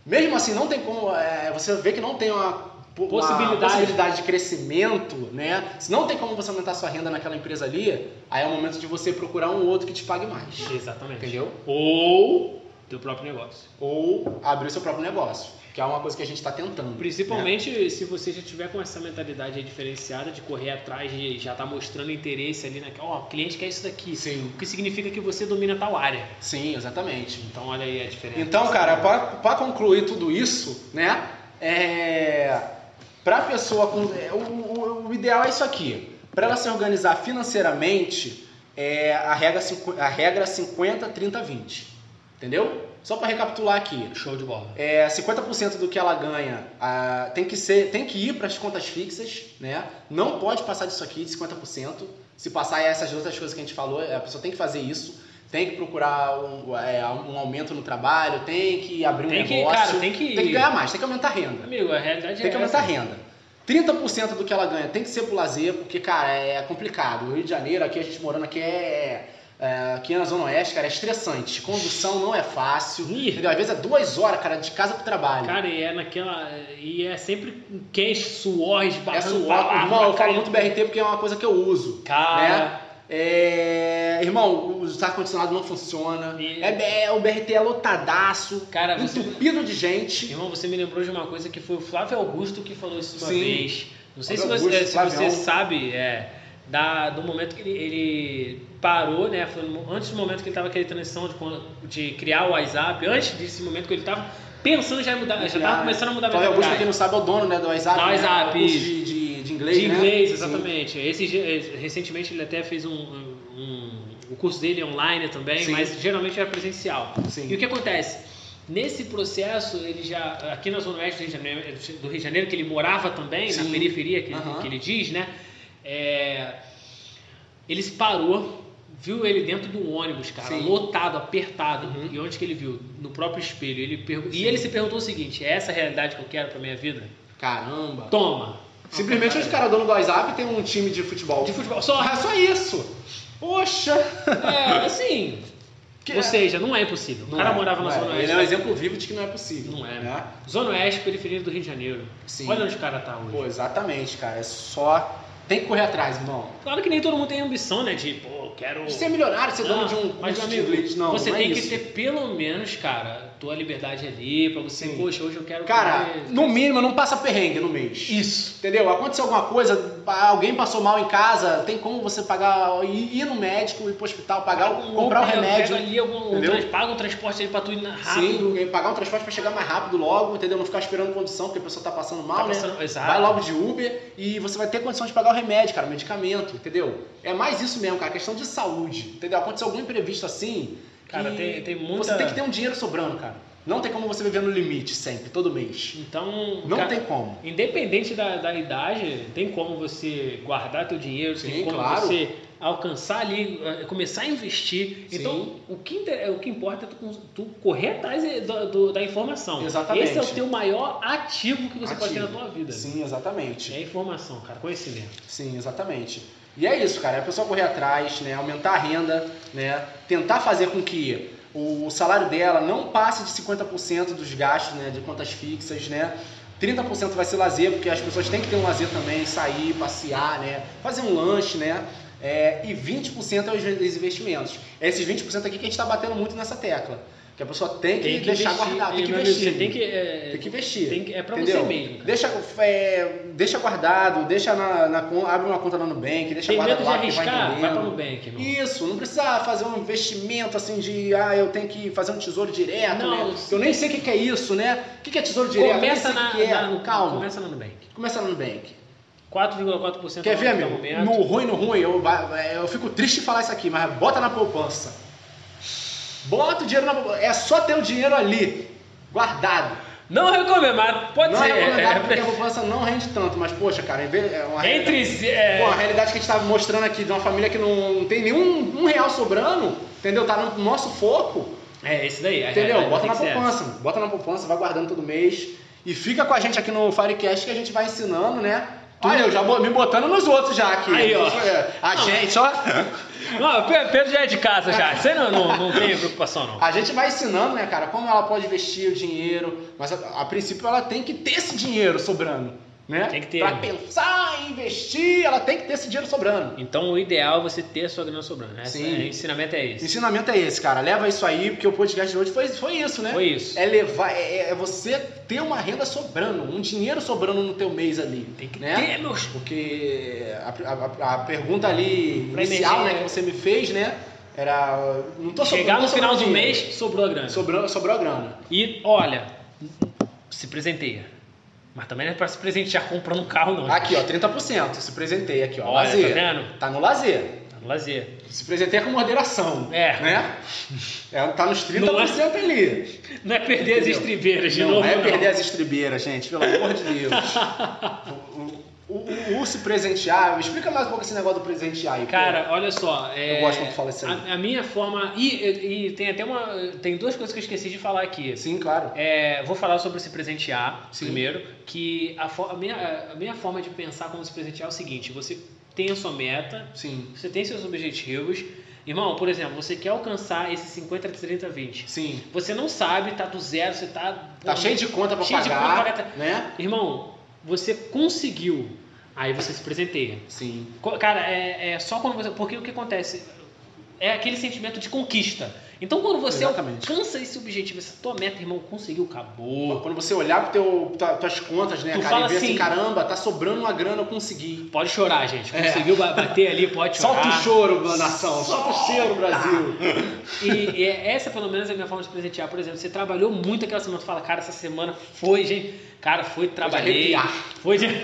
S2: Mesmo assim, não tem como. é, você vê que não tem uma uma
S1: Possibilidade.
S2: possibilidade de crescimento, né? Se não tem como você aumentar sua renda naquela empresa ali, aí é o momento de você procurar um outro que te pague mais.
S1: Exatamente.
S2: Entendeu?
S1: Ou teu próprio negócio.
S2: Ou abrir o seu próprio negócio, que é uma coisa que a gente está tentando. né?
S1: Principalmente
S2: É.
S1: se você já tiver com essa mentalidade aí diferenciada de correr atrás, de já tá mostrando interesse ali naquela. Ó, o cliente quer isso daqui.
S2: Sim.
S1: O que significa que você domina tal área.
S2: Sim, exatamente.
S1: Então olha aí a diferença.
S2: Então, cara, para concluir tudo isso, né? É, para pessoa com- é, o, o- o ideal é isso aqui. Para ela se organizar financeiramente, é a regra cinqu- a regra 50 30 20. Entendeu? Só para recapitular aqui.
S1: Show de bola.
S2: É, 50% do que ela ganha ah, tem, que ser, tem que ir para as contas fixas, né? Não pode passar disso aqui, de 50%. Se passar essas outras coisas que a gente falou, a pessoa tem que fazer isso, tem que procurar um, é, um aumento no trabalho, tem que abrir um
S1: Tem que,
S2: negócio.
S1: cara, tem que-
S2: ganhar mais, tem que aumentar a renda.
S1: Amigo, a realidade
S2: Tem
S1: é
S2: que aumentar a
S1: essa.
S2: renda. 30% do que ela ganha tem que ser pro lazer, porque, cara, é complicado. O Rio de Janeiro, aqui a gente morando aqui é. é, aqui na Zona Oeste, cara, é estressante. Condução não é fácil.
S1: Ih.
S2: Entendeu? Às vezes é duas horas, cara, de casa pro trabalho.
S1: Cara, e é naquela. E é sempre quente, suor,
S2: é
S1: esbarrando. pra
S2: suor.
S1: lá,
S2: Irmão, eu
S1: pra cá.
S2: falo muito BRT porque é uma coisa que eu uso.
S1: Cara.
S2: Né? É, irmão, o ar-condicionado não funciona.
S1: E-
S2: É, é- o BRT é lotadaço,
S1: Cara, É, você-
S2: entupido de gente.
S1: Irmão, você me lembrou de uma coisa que foi o Flávio Augusto que falou isso uma
S2: Sim.
S1: vez. Não sei se
S2: Flávio
S1: você,
S2: Augusto,
S1: se
S2: Flavião.
S1: você sabe, é, da, do momento que ele, ele parou, né? foi no- antes do momento que ele estava querendo transição de, quando- de criar o WhatsApp, antes desse momento que ele estava pensando já em mudar, É, já estava começando a mudar a
S2: Flávio Augusto,
S1: mentalidade.
S2: pra quem não sabe, é o dono né, do WhatsApp.
S1: Do
S2: né?
S1: WhatsApp,
S2: Curso
S1: isso.
S2: de, de, de inglês,
S1: de
S2: né?
S1: inglês,
S2: Sim.
S1: exatamente. Esse, dia- recentemente ele até fez um, um- o curso dele online também,
S2: Sim.
S1: mas geralmente era presencial.
S2: Sim.
S1: E o que acontece? Nesse processo, ele já aqui na zona oeste do Rio de Janeiro, eh, do Rio de Janeiro, que ele morava também na
S2: Sim.
S1: periferia que,
S2: Aham.
S1: que ele diz, né? É, ele se parou, viu ele dentro do ônibus, cara,
S2: Sim.
S1: lotado, apertado.
S2: Uhum.
S1: E onde que ele viu? No próprio espelho. Ele pergu- E ele se perguntou o seguinte: é essa a realidade que eu quero pra minha vida?
S2: Caramba.
S1: Toma.
S2: Simplesmente os caras dono do WhatsApp tem um time de futebol.
S1: de futebol. Só
S2: É só isso. Poxa.
S1: É, assim.
S2: Que-
S1: Ou seja, não é impossível. O cara
S2: Não é,
S1: morava na
S2: não é.
S1: Zona
S2: Ele
S1: Oeste.
S2: é um exemplo vivo de que não é possível.
S1: Não é.
S2: né?
S1: Zona Oeste, periferia do Rio de Janeiro.
S2: Sim.
S1: Olha onde o cara tá hoje.
S2: Pô, exatamente, cara. É só. Tem que correr atrás, irmão.
S1: Claro que nem todo mundo tem ambição, né? De, pô, quero.
S2: Você é milionário, você é dono
S1: Não,
S2: de um
S1: mas,
S2: curso de
S1: amigo,
S2: inglês. Não,
S1: você
S2: não é
S1: tem que
S2: isso.
S1: ter pelo menos, cara, tua liberdade ali, pra você,
S2: Sim.
S1: poxa, hoje eu quero.
S2: Cara,
S1: comer-
S2: no mínimo não passa perrengue no mês.
S1: Isso.
S2: Entendeu? Aconteceu alguma coisa, alguém passou mal em casa, tem como você pagar, ir ir no médico, ir pro hospital, pagar,
S1: Um
S2: comprar o
S1: Pega-
S2: remédio.
S1: Pega ali algum, um
S2: entendeu?
S1: trans, paga um transporte ali pra tu ir na- rápido.
S2: Sim, pagar um transporte pra chegar mais rápido logo, entendeu? Não ficar esperando condição, porque a pessoa tá passando mal,
S1: Tá
S2: né?
S1: passando- Exato.
S2: Vai logo de Uber e você vai ter condição de pagar o remédio, cara, o medicamento, entendeu? É mais isso mesmo, cara, questão de saúde, entendeu? Aconteceu algum imprevisto assim.
S1: Cara,
S2: e
S1: tem, tem muita.
S2: Você tem que ter um dinheiro sobrando, cara. Não tem como você viver no limite sempre, todo mês.
S1: Então.
S2: Não
S1: cara,
S2: tem como.
S1: Independente da, da idade, tem como você guardar teu dinheiro, tem
S2: Sim,
S1: como
S2: claro.
S1: você alcançar ali, eh, começar a investir.
S2: Sim.
S1: Então, o que, inter- o que importa é tu, cons- tu correr atrás eh, do- do- da informação.
S2: Exatamente.
S1: Esse é o teu maior ativo que você pode ter na
S2: Ativo.
S1: tua vida.
S2: Sim, exatamente.
S1: É a informação, cara, conhecimento.
S2: Sim, exatamente. E é isso, cara. É a pessoa correr atrás, né? Aumentar a renda, né? Tentar fazer com que o salário dela não passe de 50% dos gastos, né? De contas fixas, né? 30% vai ser lazer, porque as pessoas têm que ter um lazer também, sair, passear, né? Fazer um lanche, né? É, e 20% é os investimentos. É esses 20% aqui que a gente está batendo muito nessa tecla. Que a pessoa tem que, deixar guardar, tem
S1: eh,
S2: que
S1: meu
S2: investir.
S1: Amigo, você tem que, eh,
S2: Tem que investir.
S1: tem que- é pra
S2: Entendeu?
S1: você mesmo. Cara.
S2: Deixa, é, deixa guardado, deixa na, na con- abre uma conta lá no Nubank, deixa
S1: Tem medo
S2: guardado
S1: de
S2: lá que vai
S1: arriscar? Vai, pra
S2: entendendo.
S1: Nubank, irmão.
S2: Isso, não precisa fazer um investimento assim de, ah, eu tenho que fazer um tesouro direto,
S1: Não,
S2: né? Eu nem sei o que, que é isso, né? O que, que é tesouro direto? Eu nem
S1: Começa
S2: sei o
S1: na,
S2: que que é.
S1: na- no
S2: Calma, começa,
S1: Começa na Nubank.
S2: no Nubank.
S1: 4,4%
S2: Quer
S1: ao
S2: ver,
S1: ano
S2: amigo?
S1: do momento.
S2: No ruim, no ruim, eu, ba- eu fico triste de falar isso aqui, mas bota na poupança. Bota o dinheiro na poupança. É só ter o dinheiro ali, guardado.
S1: Não recomendo, mas pode
S2: não
S1: ser.
S2: é recomendado
S1: É,
S2: porque a poupança não rende tanto, mas poxa, cara, em vez- é uma
S1: é, entre. é,
S2: Pô, a realidade que a gente tá mostrando aqui de uma família que não tem nenhum um real sobrando, entendeu? Tá no nosso foco.
S1: É, esse daí. é-
S2: Entendeu?
S1: é- é-
S2: bota
S1: tem
S2: na
S1: que ser
S2: poupança, mano. Bota na poupança, vai guardando todo mês. E fica com a gente aqui no Firecast que a gente vai ensinando, né? Olha, eu já vou me botando nos outros já aqui.
S1: Aí, ó.
S2: É, A
S1: Não.
S2: gente, ó.
S1: essa. Não, o Pe- Pedro já é de casa já. Você não, não, não tem preocupação, não.
S2: A gente vai ensinando, né, cara, como ela pode investir o dinheiro. Mas a, a princípio ela tem que ter esse dinheiro sobrando. Né?
S1: Tem que ter.
S2: Pra pensar em investir, ela tem que ter esse dinheiro sobrando.
S1: Então o ideal é você ter a sua grana sobrando. né? Essa-
S2: Sim.
S1: O ensinamento é esse.
S2: Ensinamento é esse, cara. Leva isso aí, porque o podcast de hoje foi, foi isso, né?
S1: Foi isso.
S2: É levar, é, é você ter uma renda sobrando, um dinheiro sobrando no teu mês ali.
S1: Tem que
S2: né?
S1: ter, meus.
S2: Porque a, a- a pergunta ali
S1: Pra
S2: inicial né,
S1: emergência.
S2: que você me fez, né? Era. Não tô sobrando.
S1: Chegar
S2: não
S1: no final do
S2: sobrou dinheiro.
S1: mês, sobrou a grana.
S2: Sobrou, sobrou a grana.
S1: E olha, se presenteia. Mas também não é pra se presentear comprando um carro, não.
S2: Aqui, ó, 30%. Se presentei aqui, ó.
S1: Olha,
S2: lazer.
S1: tá vendo?
S2: Tá no lazer.
S1: Tá no lazer.
S2: Se presenteia com moderação.
S1: É.
S2: Né? É, tá nos 30% ali.
S1: Não é perder as
S2: Entendeu?
S1: estribeiras de
S2: não,
S1: novo,
S2: é
S1: não.
S2: perder as estribeiras, gente, pelo amor de Deus. o, o- o- o se presentear, explica mais um pouco esse negócio do presentear aí. pô.
S1: Cara, olha só. é,
S2: Eu gosto quando tu fala isso aí.
S1: A, a minha forma. E, e- e tem até uma. Tem duas coisas que eu esqueci de falar aqui.
S2: Sim, claro.
S1: É, vou falar sobre se presentear
S2: Sim.
S1: primeiro. Que a, fo- a minha, a minha forma de pensar como se presentear é o seguinte: você tem a sua meta,
S2: Sim.
S1: você tem seus objetivos. Irmão, por exemplo, você quer alcançar esse 50, 30, 20.
S2: Sim.
S1: Você não sabe, tá do zero, você tá.
S2: Tá
S1: pô,
S2: cheio de conta pra
S1: cheio de
S2: pagar,
S1: conta pra-
S2: né?
S1: Irmão, você conseguiu. Aí você se presenteia.
S2: Sim.
S1: Co- Cara, é, é só quando você. Porque o que acontece? É aquele sentimento de conquista. Então quando você
S2: Exatamente.
S1: alcança esse objetivo, essa tua meta, irmão, conseguiu, acabou.
S2: Quando você olhar pro teu, tua- tuas contas, né,
S1: Tu
S2: cara,
S1: fala
S2: e ver assim,
S1: assim,
S2: caramba, tá sobrando uma grana, eu consegui.
S1: Pode chorar, gente. Conseguiu ba- bater ali, pode chorar.
S2: É. Solta o
S1: Ah.
S2: choro, nação. Solta o cheiro, Brasil.
S1: E, e essa, pelo menos, é a minha forma de presentear. Por exemplo, você trabalhou muito aquela semana. Tu fala, cara, essa semana foi, gente. Cara, foi, trabalhei.
S2: arrepiar.
S1: Foi, de-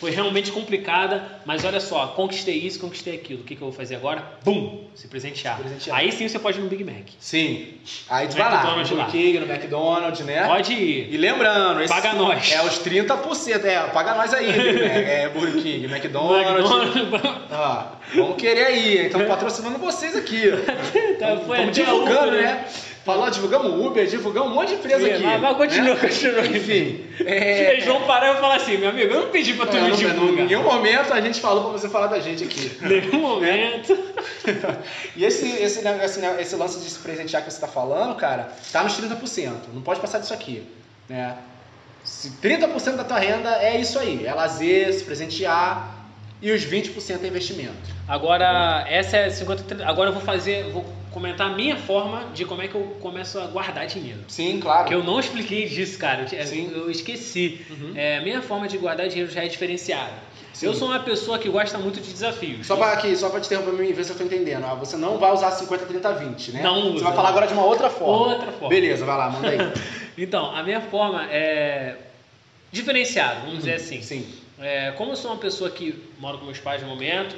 S1: foi realmente complicada. Mas olha só, conquistei isso, conquistei aquilo. O que, que eu vou fazer agora? Bum! Se presentear.
S2: Se presentear.
S1: Aí sim você pode ir no Big Mac.
S2: Sim. Aí tu
S1: No
S2: vai lá,
S1: McDonald's
S2: no
S1: lá.
S2: King, no McDonald's, né?
S1: Pode ir.
S2: E lembrando, esse
S1: Paga nós.
S2: É os 30%. É, paga nós aí, né? É Burger King, McDonald's.
S1: McDonald's.
S2: Ó, vamos querer aí, hein? Estamos patrocinando vocês aqui.
S1: Tá, foi
S2: Estamos
S1: até
S2: divulgando,
S1: Uber,
S2: né? Falou, divulgamos Uber, divulgamos um monte de empresa
S1: Sim,
S2: aqui.
S1: mas- mas continua,
S2: né?
S1: continua.
S2: Enfim.
S1: Eles vão parar e vão falar assim, meu amigo, eu não pedi pra tu
S2: É,
S1: me
S2: não-
S1: divulgar.
S2: Em nenhum momento a gente falou pra você falar da gente aqui.
S1: Nenhum momento.
S2: E esse, esse, né, esse, né, esse lance de se presentear que você tá falando, cara, tá nos 30%. Não pode passar disso aqui. Né? Se 30% da tua renda é isso aí. É lazer, se presentear. E os 20% é investimento.
S1: Agora, essa é 50, 30. Agora eu vou fazer, vou comentar a minha forma de como é que eu começo a guardar dinheiro.
S2: Sim, claro.
S1: Que eu não expliquei disso, cara. Eu, te-
S2: Sim.
S1: eu esqueci.
S2: Uhum.
S1: É, a minha forma de guardar dinheiro já é diferenciada.
S2: Sim.
S1: Eu sou uma pessoa que gosta muito de desafios.
S2: Só pra, aqui, só pra te interromper pra mim ver se eu tô entendendo. Ah, você não vai usar 50, 30, 20, né?
S1: Não
S2: Você
S1: usa.
S2: vai falar agora de uma outra forma.
S1: Outra forma.
S2: Beleza, vai lá, manda aí.
S1: Então, a minha forma é diferenciada, vamos dizer assim.
S2: Uhum. Sim.
S1: É, como eu sou uma pessoa que moro com meus pais no momento,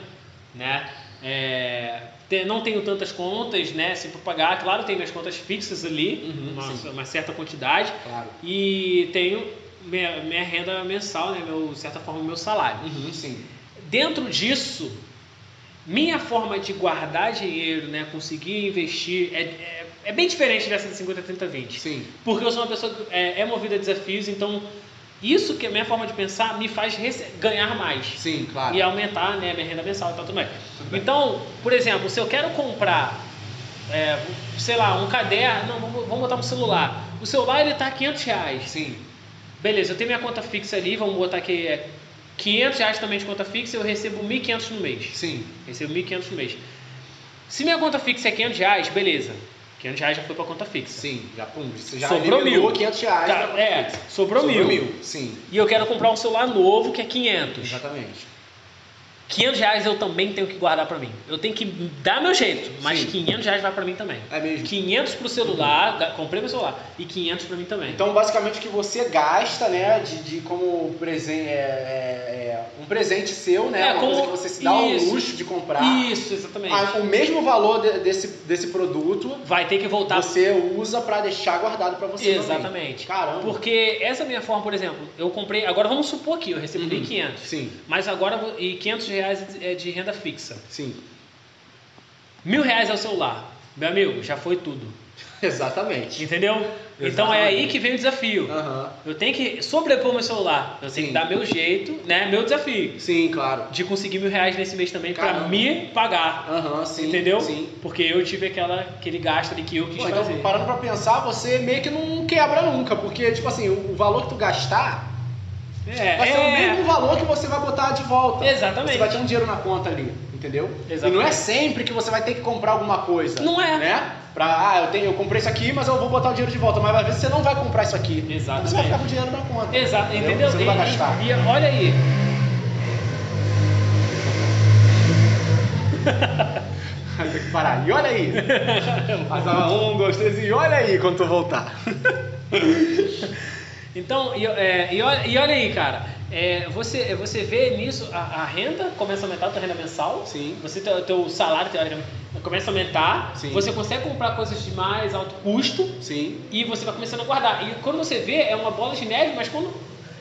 S1: né? é, te- não tenho tantas contas, né? Assim, para pagar. Claro, tenho minhas contas fixas ali,
S2: Uhum, sim.
S1: uma, uma certa quantidade.
S2: Claro.
S1: E tenho minha, minha renda mensal, né? Meu, de certa forma, meu salário.
S2: Uhum, sim.
S1: Dentro disso, minha forma de guardar dinheiro, né? Conseguir investir é, é, é bem diferente dessa de 50, 30, 20.
S2: Sim.
S1: Porque eu sou uma pessoa que é, é movida a desafios, então isso que é a minha forma de pensar me faz rece- ganhar mais
S2: Sim, claro.
S1: e aumentar né, minha renda mensal e tal, tudo mais. Então, por exemplo, se eu quero comprar, é, sei lá, um caderno, não, vamos, vamos botar um celular. O celular ele tá 500 reais.
S2: Sim.
S1: Beleza, eu tenho minha conta fixa ali, vamos botar que é 500 reais também de conta fixa, eu recebo 1.500 no mês.
S2: Sim.
S1: Recebo 1.500 no mês. Se minha conta fixa é 500 reais, beleza. 500 reais já foi para conta fixa.
S2: Sim. Já, pum, você já
S1: Sobrou
S2: eliminou
S1: mil.
S2: 500 reais.
S1: Tá, é, sobrou,
S2: Sobrou
S1: mil.
S2: Sim.
S1: E eu quero comprar um celular novo que é 500.
S2: Exatamente.
S1: 500 reais eu também tenho que guardar pra mim. Eu tenho que dar meu jeito, mas
S2: Sim.
S1: 500 reais vai pra mim também.
S2: É mesmo.
S1: 500 pro celular, ga- comprei meu celular, e 500 pra mim também.
S2: Então, basicamente, o que você gasta, né, de, de como presente, um presente seu, né,
S1: É,
S2: uma
S1: como-
S2: coisa que você se dá ao
S1: isso.
S2: luxo de comprar,
S1: Isso, exatamente.
S2: Ah, o mesmo valor de- desse, desse produto
S1: Vai ter que voltar.
S2: você usa pra deixar guardado pra você também.
S1: Tá. exatamente.
S2: Caramba.
S1: Porque essa é minha forma, por exemplo, eu comprei. Agora vamos supor que eu recebi
S2: Uhum.
S1: 1.500.
S2: Sim,
S1: Mas agora eu vou- e 500 reais é de renda fixa.
S2: sim.
S1: Mil reais é o celular. Meu amigo, já foi tudo.
S2: Exatamente.
S1: Entendeu? Então é
S2: Exatamente.
S1: aí que vem o desafio.
S2: Aham.
S1: Eu tenho que sobrepor meu celular. Eu tenho
S2: Sim.
S1: que dar meu jeito, né? Meu desafio.
S2: Sim, claro.
S1: De conseguir mil reais nesse mês também pra
S2: Caramba.
S1: me pagar.
S2: Aham, sim.
S1: entendeu?
S2: Sim.
S1: Porque eu tive aquela, aquele gasto ali que eu quis
S2: Pô, então,
S1: fazer.
S2: parando pra pensar, você meio que não quebra nunca, porque, tipo assim, o o valor que tu gastar
S1: É,
S2: vai ser
S1: é.
S2: o mesmo valor que você vai botar de volta.
S1: Exatamente.
S2: Você vai ter um dinheiro na conta ali, entendeu?
S1: Exatamente.
S2: E não é sempre que você vai ter que comprar alguma coisa.
S1: Não é.
S2: Né? Pra, ah, eu, tenho, eu comprei isso aqui, mas eu vou botar o dinheiro de volta. Mas às vezes você não vai comprar isso aqui. Então Você vai ficar
S1: Exatamente.
S2: com o dinheiro na conta.
S1: Exato, entendeu?
S2: Você não vai
S1: E-
S2: gastar.
S1: E, e olha aí.
S2: Aí tem que parar. E olha aí. Passava um, dois, três, e olha aí quando tu voltar.
S1: Então, e, é, e olha, e olha aí, cara. É, você, você vê nisso a, a renda começa a aumentar, a tua renda mensal.
S2: Sim.
S1: Você teu, teu salário teoricamente começa a aumentar.
S2: Sim.
S1: Você consegue comprar coisas de mais alto custo
S2: Sim.
S1: e você vai começando a guardar. E quando você vê, é uma bola de neve, mas quando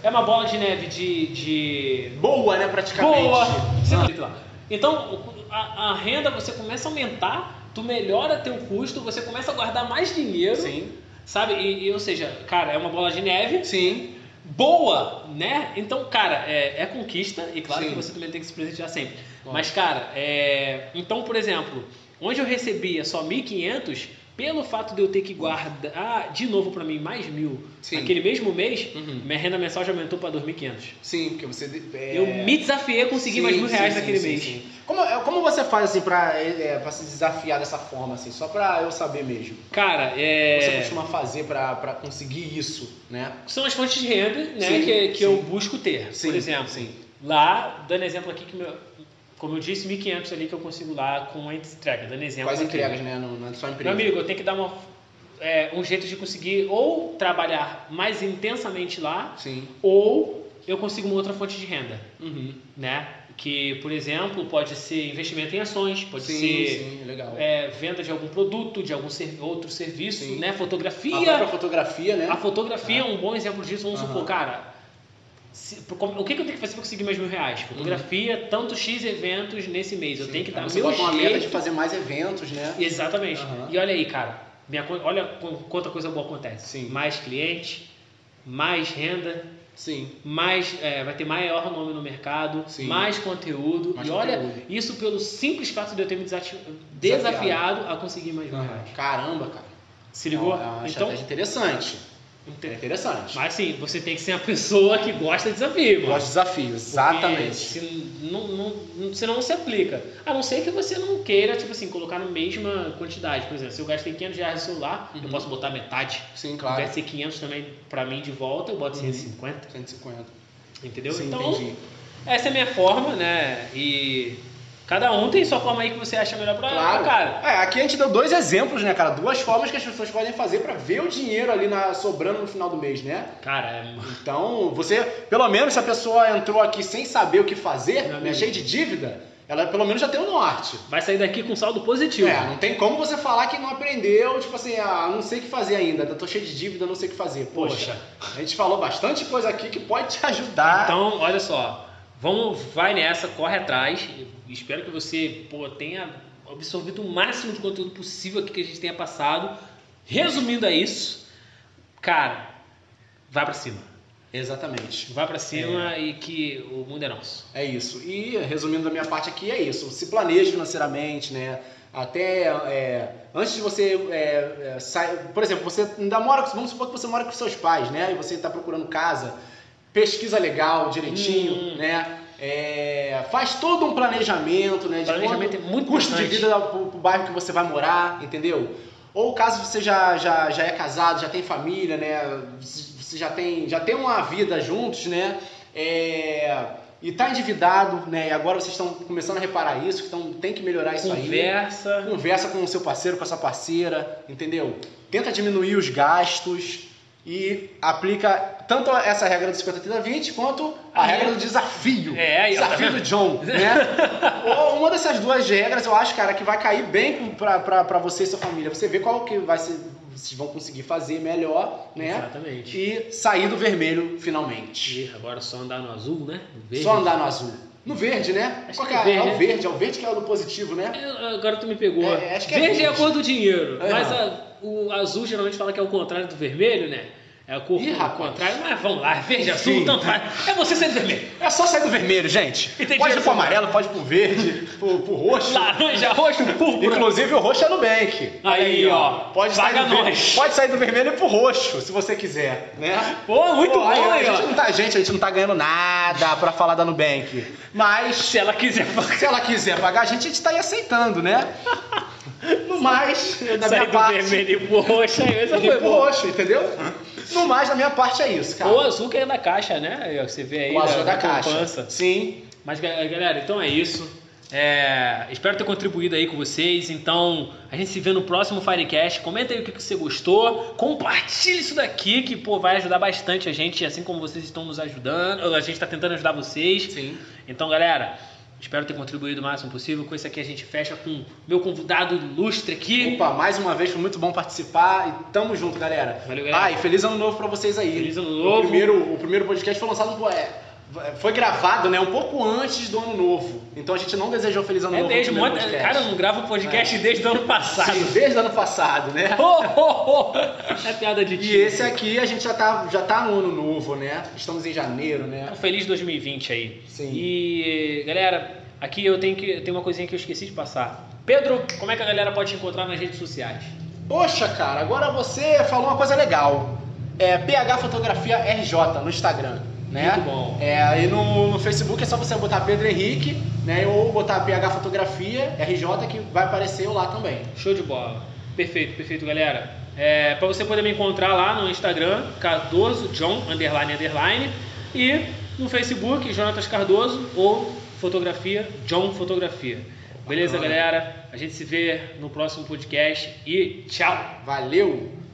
S1: é uma bola de neve de, de
S2: Boa, né, praticamente.
S1: Boa! Você
S2: Ah.
S1: tá lá. Então, o- a, a renda você começa a aumentar, tu melhora teu custo, você começa a guardar mais dinheiro,
S2: Sim.
S1: sabe? E, e, ou seja, cara, é uma bola de neve
S2: Sim.
S1: boa, né? Então, cara, é, é conquista e claro
S2: Sim.
S1: que você também tem que se presentear sempre.
S2: Claro.
S1: Mas, cara, é, então, por exemplo, onde eu recebia só 1.500, pelo fato de eu ter que guardar de novo pra mim mais mil,
S2: Sim.
S1: aquele mesmo mês,
S2: Uhum.
S1: minha renda mensal já aumentou pra 2.500.
S2: Sim, porque você. é-
S1: Eu me desafiei a conseguir mais
S2: Sim,
S1: mil
S2: sim,
S1: reais
S2: sim,
S1: naquele
S2: sim,
S1: mês.
S2: sim. Como, é, como você faz assim pra, é, é, pra se desafiar dessa forma, assim, só pra eu saber mesmo?
S1: Cara, é,
S2: Você costuma fazer pra, pra conseguir isso, né?
S1: são as fontes de renda né,
S2: Sim,
S1: que, que
S2: sim.
S1: eu busco ter.
S2: Sim,
S1: por exemplo,
S2: sim.
S1: lá, dando exemplo aqui, que meu, como eu disse, 1.500 ali que eu consigo lá com a entrega. Dando exemplo.
S2: Quais
S1: aqui.
S2: entregas, né? Não, não é só
S1: É, Meu
S2: empresa.
S1: amigo, eu tenho que dar uma, é, um jeito de conseguir ou trabalhar mais intensamente lá,
S2: Sim.
S1: ou eu consigo uma outra fonte de renda.
S2: Uhum.
S1: né? Que, por exemplo, pode ser investimento em ações, pode
S2: sim,
S1: ser
S2: sim, legal.
S1: é, venda de algum produto, de algum ser- outro serviço,
S2: Sim.
S1: né?
S2: A
S1: Fotografia.
S2: própria fotografia, né?
S1: A fotografia é um bom exemplo disso. Vamos
S2: Aham.
S1: supor, cara, se- por- como- o que, que eu tenho que fazer para conseguir mais mil reais? Fotografia, tanto X eventos nesse mês. eu
S2: Uhum. Sim,
S1: tenho que
S2: cara,
S1: dar
S2: Você
S1: meu
S2: bota uma meta de
S1: jeito.
S2: fazer mais eventos, né?
S1: Exatamente.
S2: Aham.
S1: E olha aí, cara. Minha, co- olha qu- quanta coisa boa acontece.
S2: Sim.
S1: Mais cliente, mais renda,
S2: Sim.
S1: mais é, vai ter maior nome no mercado,
S2: Sim.
S1: mais conteúdo.
S2: Mais
S1: e olha,
S2: conteúdo.
S1: isso pelo simples fato de eu ter me desati- desafiado,
S2: Desafiado.
S1: a conseguir mais mil reais.
S2: Caramba, cara.
S1: Se ligou?
S2: É uma
S1: então,
S2: estratégia interessante. É interessante.
S1: mas sim, você tem que ser uma pessoa que gosta de desafio.
S2: Eu
S1: mano.
S2: gosto de desafio,
S1: Porque
S2: exatamente.
S1: Se não, não, não- você não se aplica. A não ser que você não queira, tipo assim, colocar na mesma quantidade. Por exemplo, se eu gastei 500 reais no celular, eu
S2: Uhum.
S1: posso botar metade.
S2: Sim,
S1: Claro.
S2: claro.
S1: Vai ser 500 também pra mim de volta, eu boto
S2: Uhum.
S1: 150.
S2: 150.
S1: Entendeu?
S2: Sim,
S1: então,
S2: entendi.
S1: essa é a minha forma, né? E cada um tem sua forma aí que você acha melhor pra
S2: Claro.
S1: cara.
S2: É, aqui a gente deu dois exemplos, né, cara? Duas formas que as pessoas podem fazer pra ver o dinheiro ali na- sobrando no final do mês, né?
S1: Cara, é-
S2: Então, você, pelo menos se a pessoa entrou aqui sem saber o que fazer,
S1: Meu
S2: né,
S1: amigo.
S2: cheia de dívida, ela pelo menos já tem o norte.
S1: vai sair daqui com saldo positivo.
S2: É, não tem como você falar que não aprendeu, tipo assim, ah, não sei o que fazer ainda, tô cheio de dívida, não sei o que fazer. Poxa,
S1: Poxa.
S2: a gente falou bastante coisa aqui que pode te ajudar.
S1: Então, olha só, vamos, vai nessa, corre atrás. Espero que você pô, tenha absorvido o máximo de conteúdo possível aqui que a gente tenha passado. Resumindo a isso, cara, vai pra cima.
S2: Exatamente.
S1: Vai pra cima e que o mundo é nosso.
S2: É isso. E resumindo da minha parte aqui, é isso. Se planeje financeiramente, né? Até é, antes de você é, é, sair. Por exemplo, você ainda mora. com- Vamos supor que você mora com seus pais, né? E você está procurando casa, pesquisa legal, direitinho,
S1: Hum.
S2: né? É, faz todo um planejamento, né? De
S1: Planejamento é muito
S2: quanto custo de
S1: importante.
S2: vida da- pro, pro bairro que você vai morar, entendeu? Ou caso você já, já, já é casado, já tem família, né? Você já tem, já tem uma vida juntos, né? É, e tá endividado, né? E agora vocês estão começando a reparar isso, que tão, tem que melhorar é isso aí.
S1: Conversa.
S2: Conversa com o seu parceiro, com a sua parceira, entendeu? Tenta diminuir os gastos e aplica tanto essa regra do 50, 30, 20 quanto a
S1: Aí.
S2: regra do desafio.
S1: É, aí, ó, tá
S2: desafio
S1: vendo?
S2: do John, né? Ou uma dessas duas regras, eu acho, cara, que vai cair bem com- pra, pra, pra você e sua família. Você vê qual que vai ser, vocês vão conseguir fazer melhor, né?
S1: Exatamente.
S2: E sair do vermelho finalmente.
S1: E agora é só andar no azul, né? No verde.
S2: Só andar no azul. No verde, né?
S1: Acho
S2: Qual
S1: que
S2: que é,
S1: é verde,
S2: é o
S1: né?
S2: verde, é o verde que é o do positivo, né?
S1: Eu- Agora tu me pegou.
S2: É, acho que é
S1: verde é a
S2: verde.
S1: cor do dinheiro,
S2: É,
S1: mas
S2: não.
S1: a- o azul geralmente fala que é o contrário do vermelho, né? É o corpo
S2: Ih,
S1: ao
S2: rapaz.
S1: contrário, mas vamos lá, é verde, azul,
S2: Sim.
S1: tanto faz. É você sendo vermelho.
S2: É só sair do vermelho, gente.
S1: E tem
S2: Pode
S1: dinheiro
S2: ir pro
S1: sobrando.
S2: amarelo, pode ir pro verde, pro, pro roxo.
S1: Laranja, roxo, púrpura.
S2: Inclusive o roxo é Nubank.
S1: Aí, ó.
S2: Pode sair,
S1: Paga
S2: do ver-
S1: nós.
S2: pode sair do vermelho e pro roxo, se você quiser, né?
S1: Pô, muito bom,
S2: aí,
S1: aí,
S2: a
S1: ó.
S2: gente não tá, gente, a gente não tá ganhando nada pra falar da Nubank. Mas
S1: Se ela quiser
S2: se ela quiser pagar a gente, a gente tá aí aceitando, né? No mais, É da
S1: sair
S2: minha
S1: do
S2: parte.
S1: vermelho e pro roxo, aí essa
S2: e
S1: foi
S2: pro
S1: boa.
S2: roxo, entendeu? No mais, da minha parte é isso, cara.
S1: Ou azul que é da caixa, né? Aí, ó, Você vê aí
S2: o azul é da,
S1: poupança.
S2: caixa. Sim.
S1: Mas ga- galera, então é isso. É, espero ter contribuído aí com vocês. Então a gente se vê no próximo Firecast. Comenta aí o que, que você gostou. Compartilhe isso daqui que pô, vai ajudar bastante a gente, assim como vocês estão nos ajudando. A gente está tentando ajudar vocês.
S2: Sim.
S1: Então, galera, espero ter contribuído o máximo possível. Com isso aqui a gente fecha com meu convidado ilustre aqui.
S2: Opa, mais uma vez foi muito bom participar e tamo junto, galera.
S1: Valeu, galera.
S2: Ah, e feliz ano novo pra vocês aí.
S1: Feliz ano
S2: O
S1: novo.
S2: primeiro, o primeiro podcast foi lançado. é, foi gravado, né? Um pouco antes do ano novo. Então a gente não desejou feliz ano
S1: É
S2: novo. no
S1: mesmo,
S2: primeiro
S1: mano,
S2: podcast. É.
S1: cara, eu não gravo podcast desde o ano passado.
S2: Sim, desde o ano passado, né?
S1: Oh, oh, oh. É piada de
S2: E
S1: tio.
S2: esse aqui a gente já tá, já tá no ano novo, né? Estamos em janeiro, né?
S1: Um feliz 2020 aí.
S2: Sim.
S1: E galera, aqui eu tenho que tem uma coisinha que eu esqueci de passar. Pedro, como é que a galera pode te encontrar nas redes sociais?
S2: Poxa, cara, agora você falou uma coisa legal. É PH Fotografia RJ no Instagram, né?
S1: Muito bom.
S2: É, aí no, no Facebook é só você botar Pedro Henrique, né? Ou botar PH Fotografia RJ que vai aparecer eu lá também.
S1: Show de bola. Perfeito, perfeito, galera. É, para você poder me encontrar lá no Instagram, Cardoso John underline underline e no Facebook, Jonatas Cardoso ou Fotografia John Fotografia. Beleza,
S2: Bacana.
S1: galera? A gente se vê no próximo podcast e tchau.
S2: Valeu!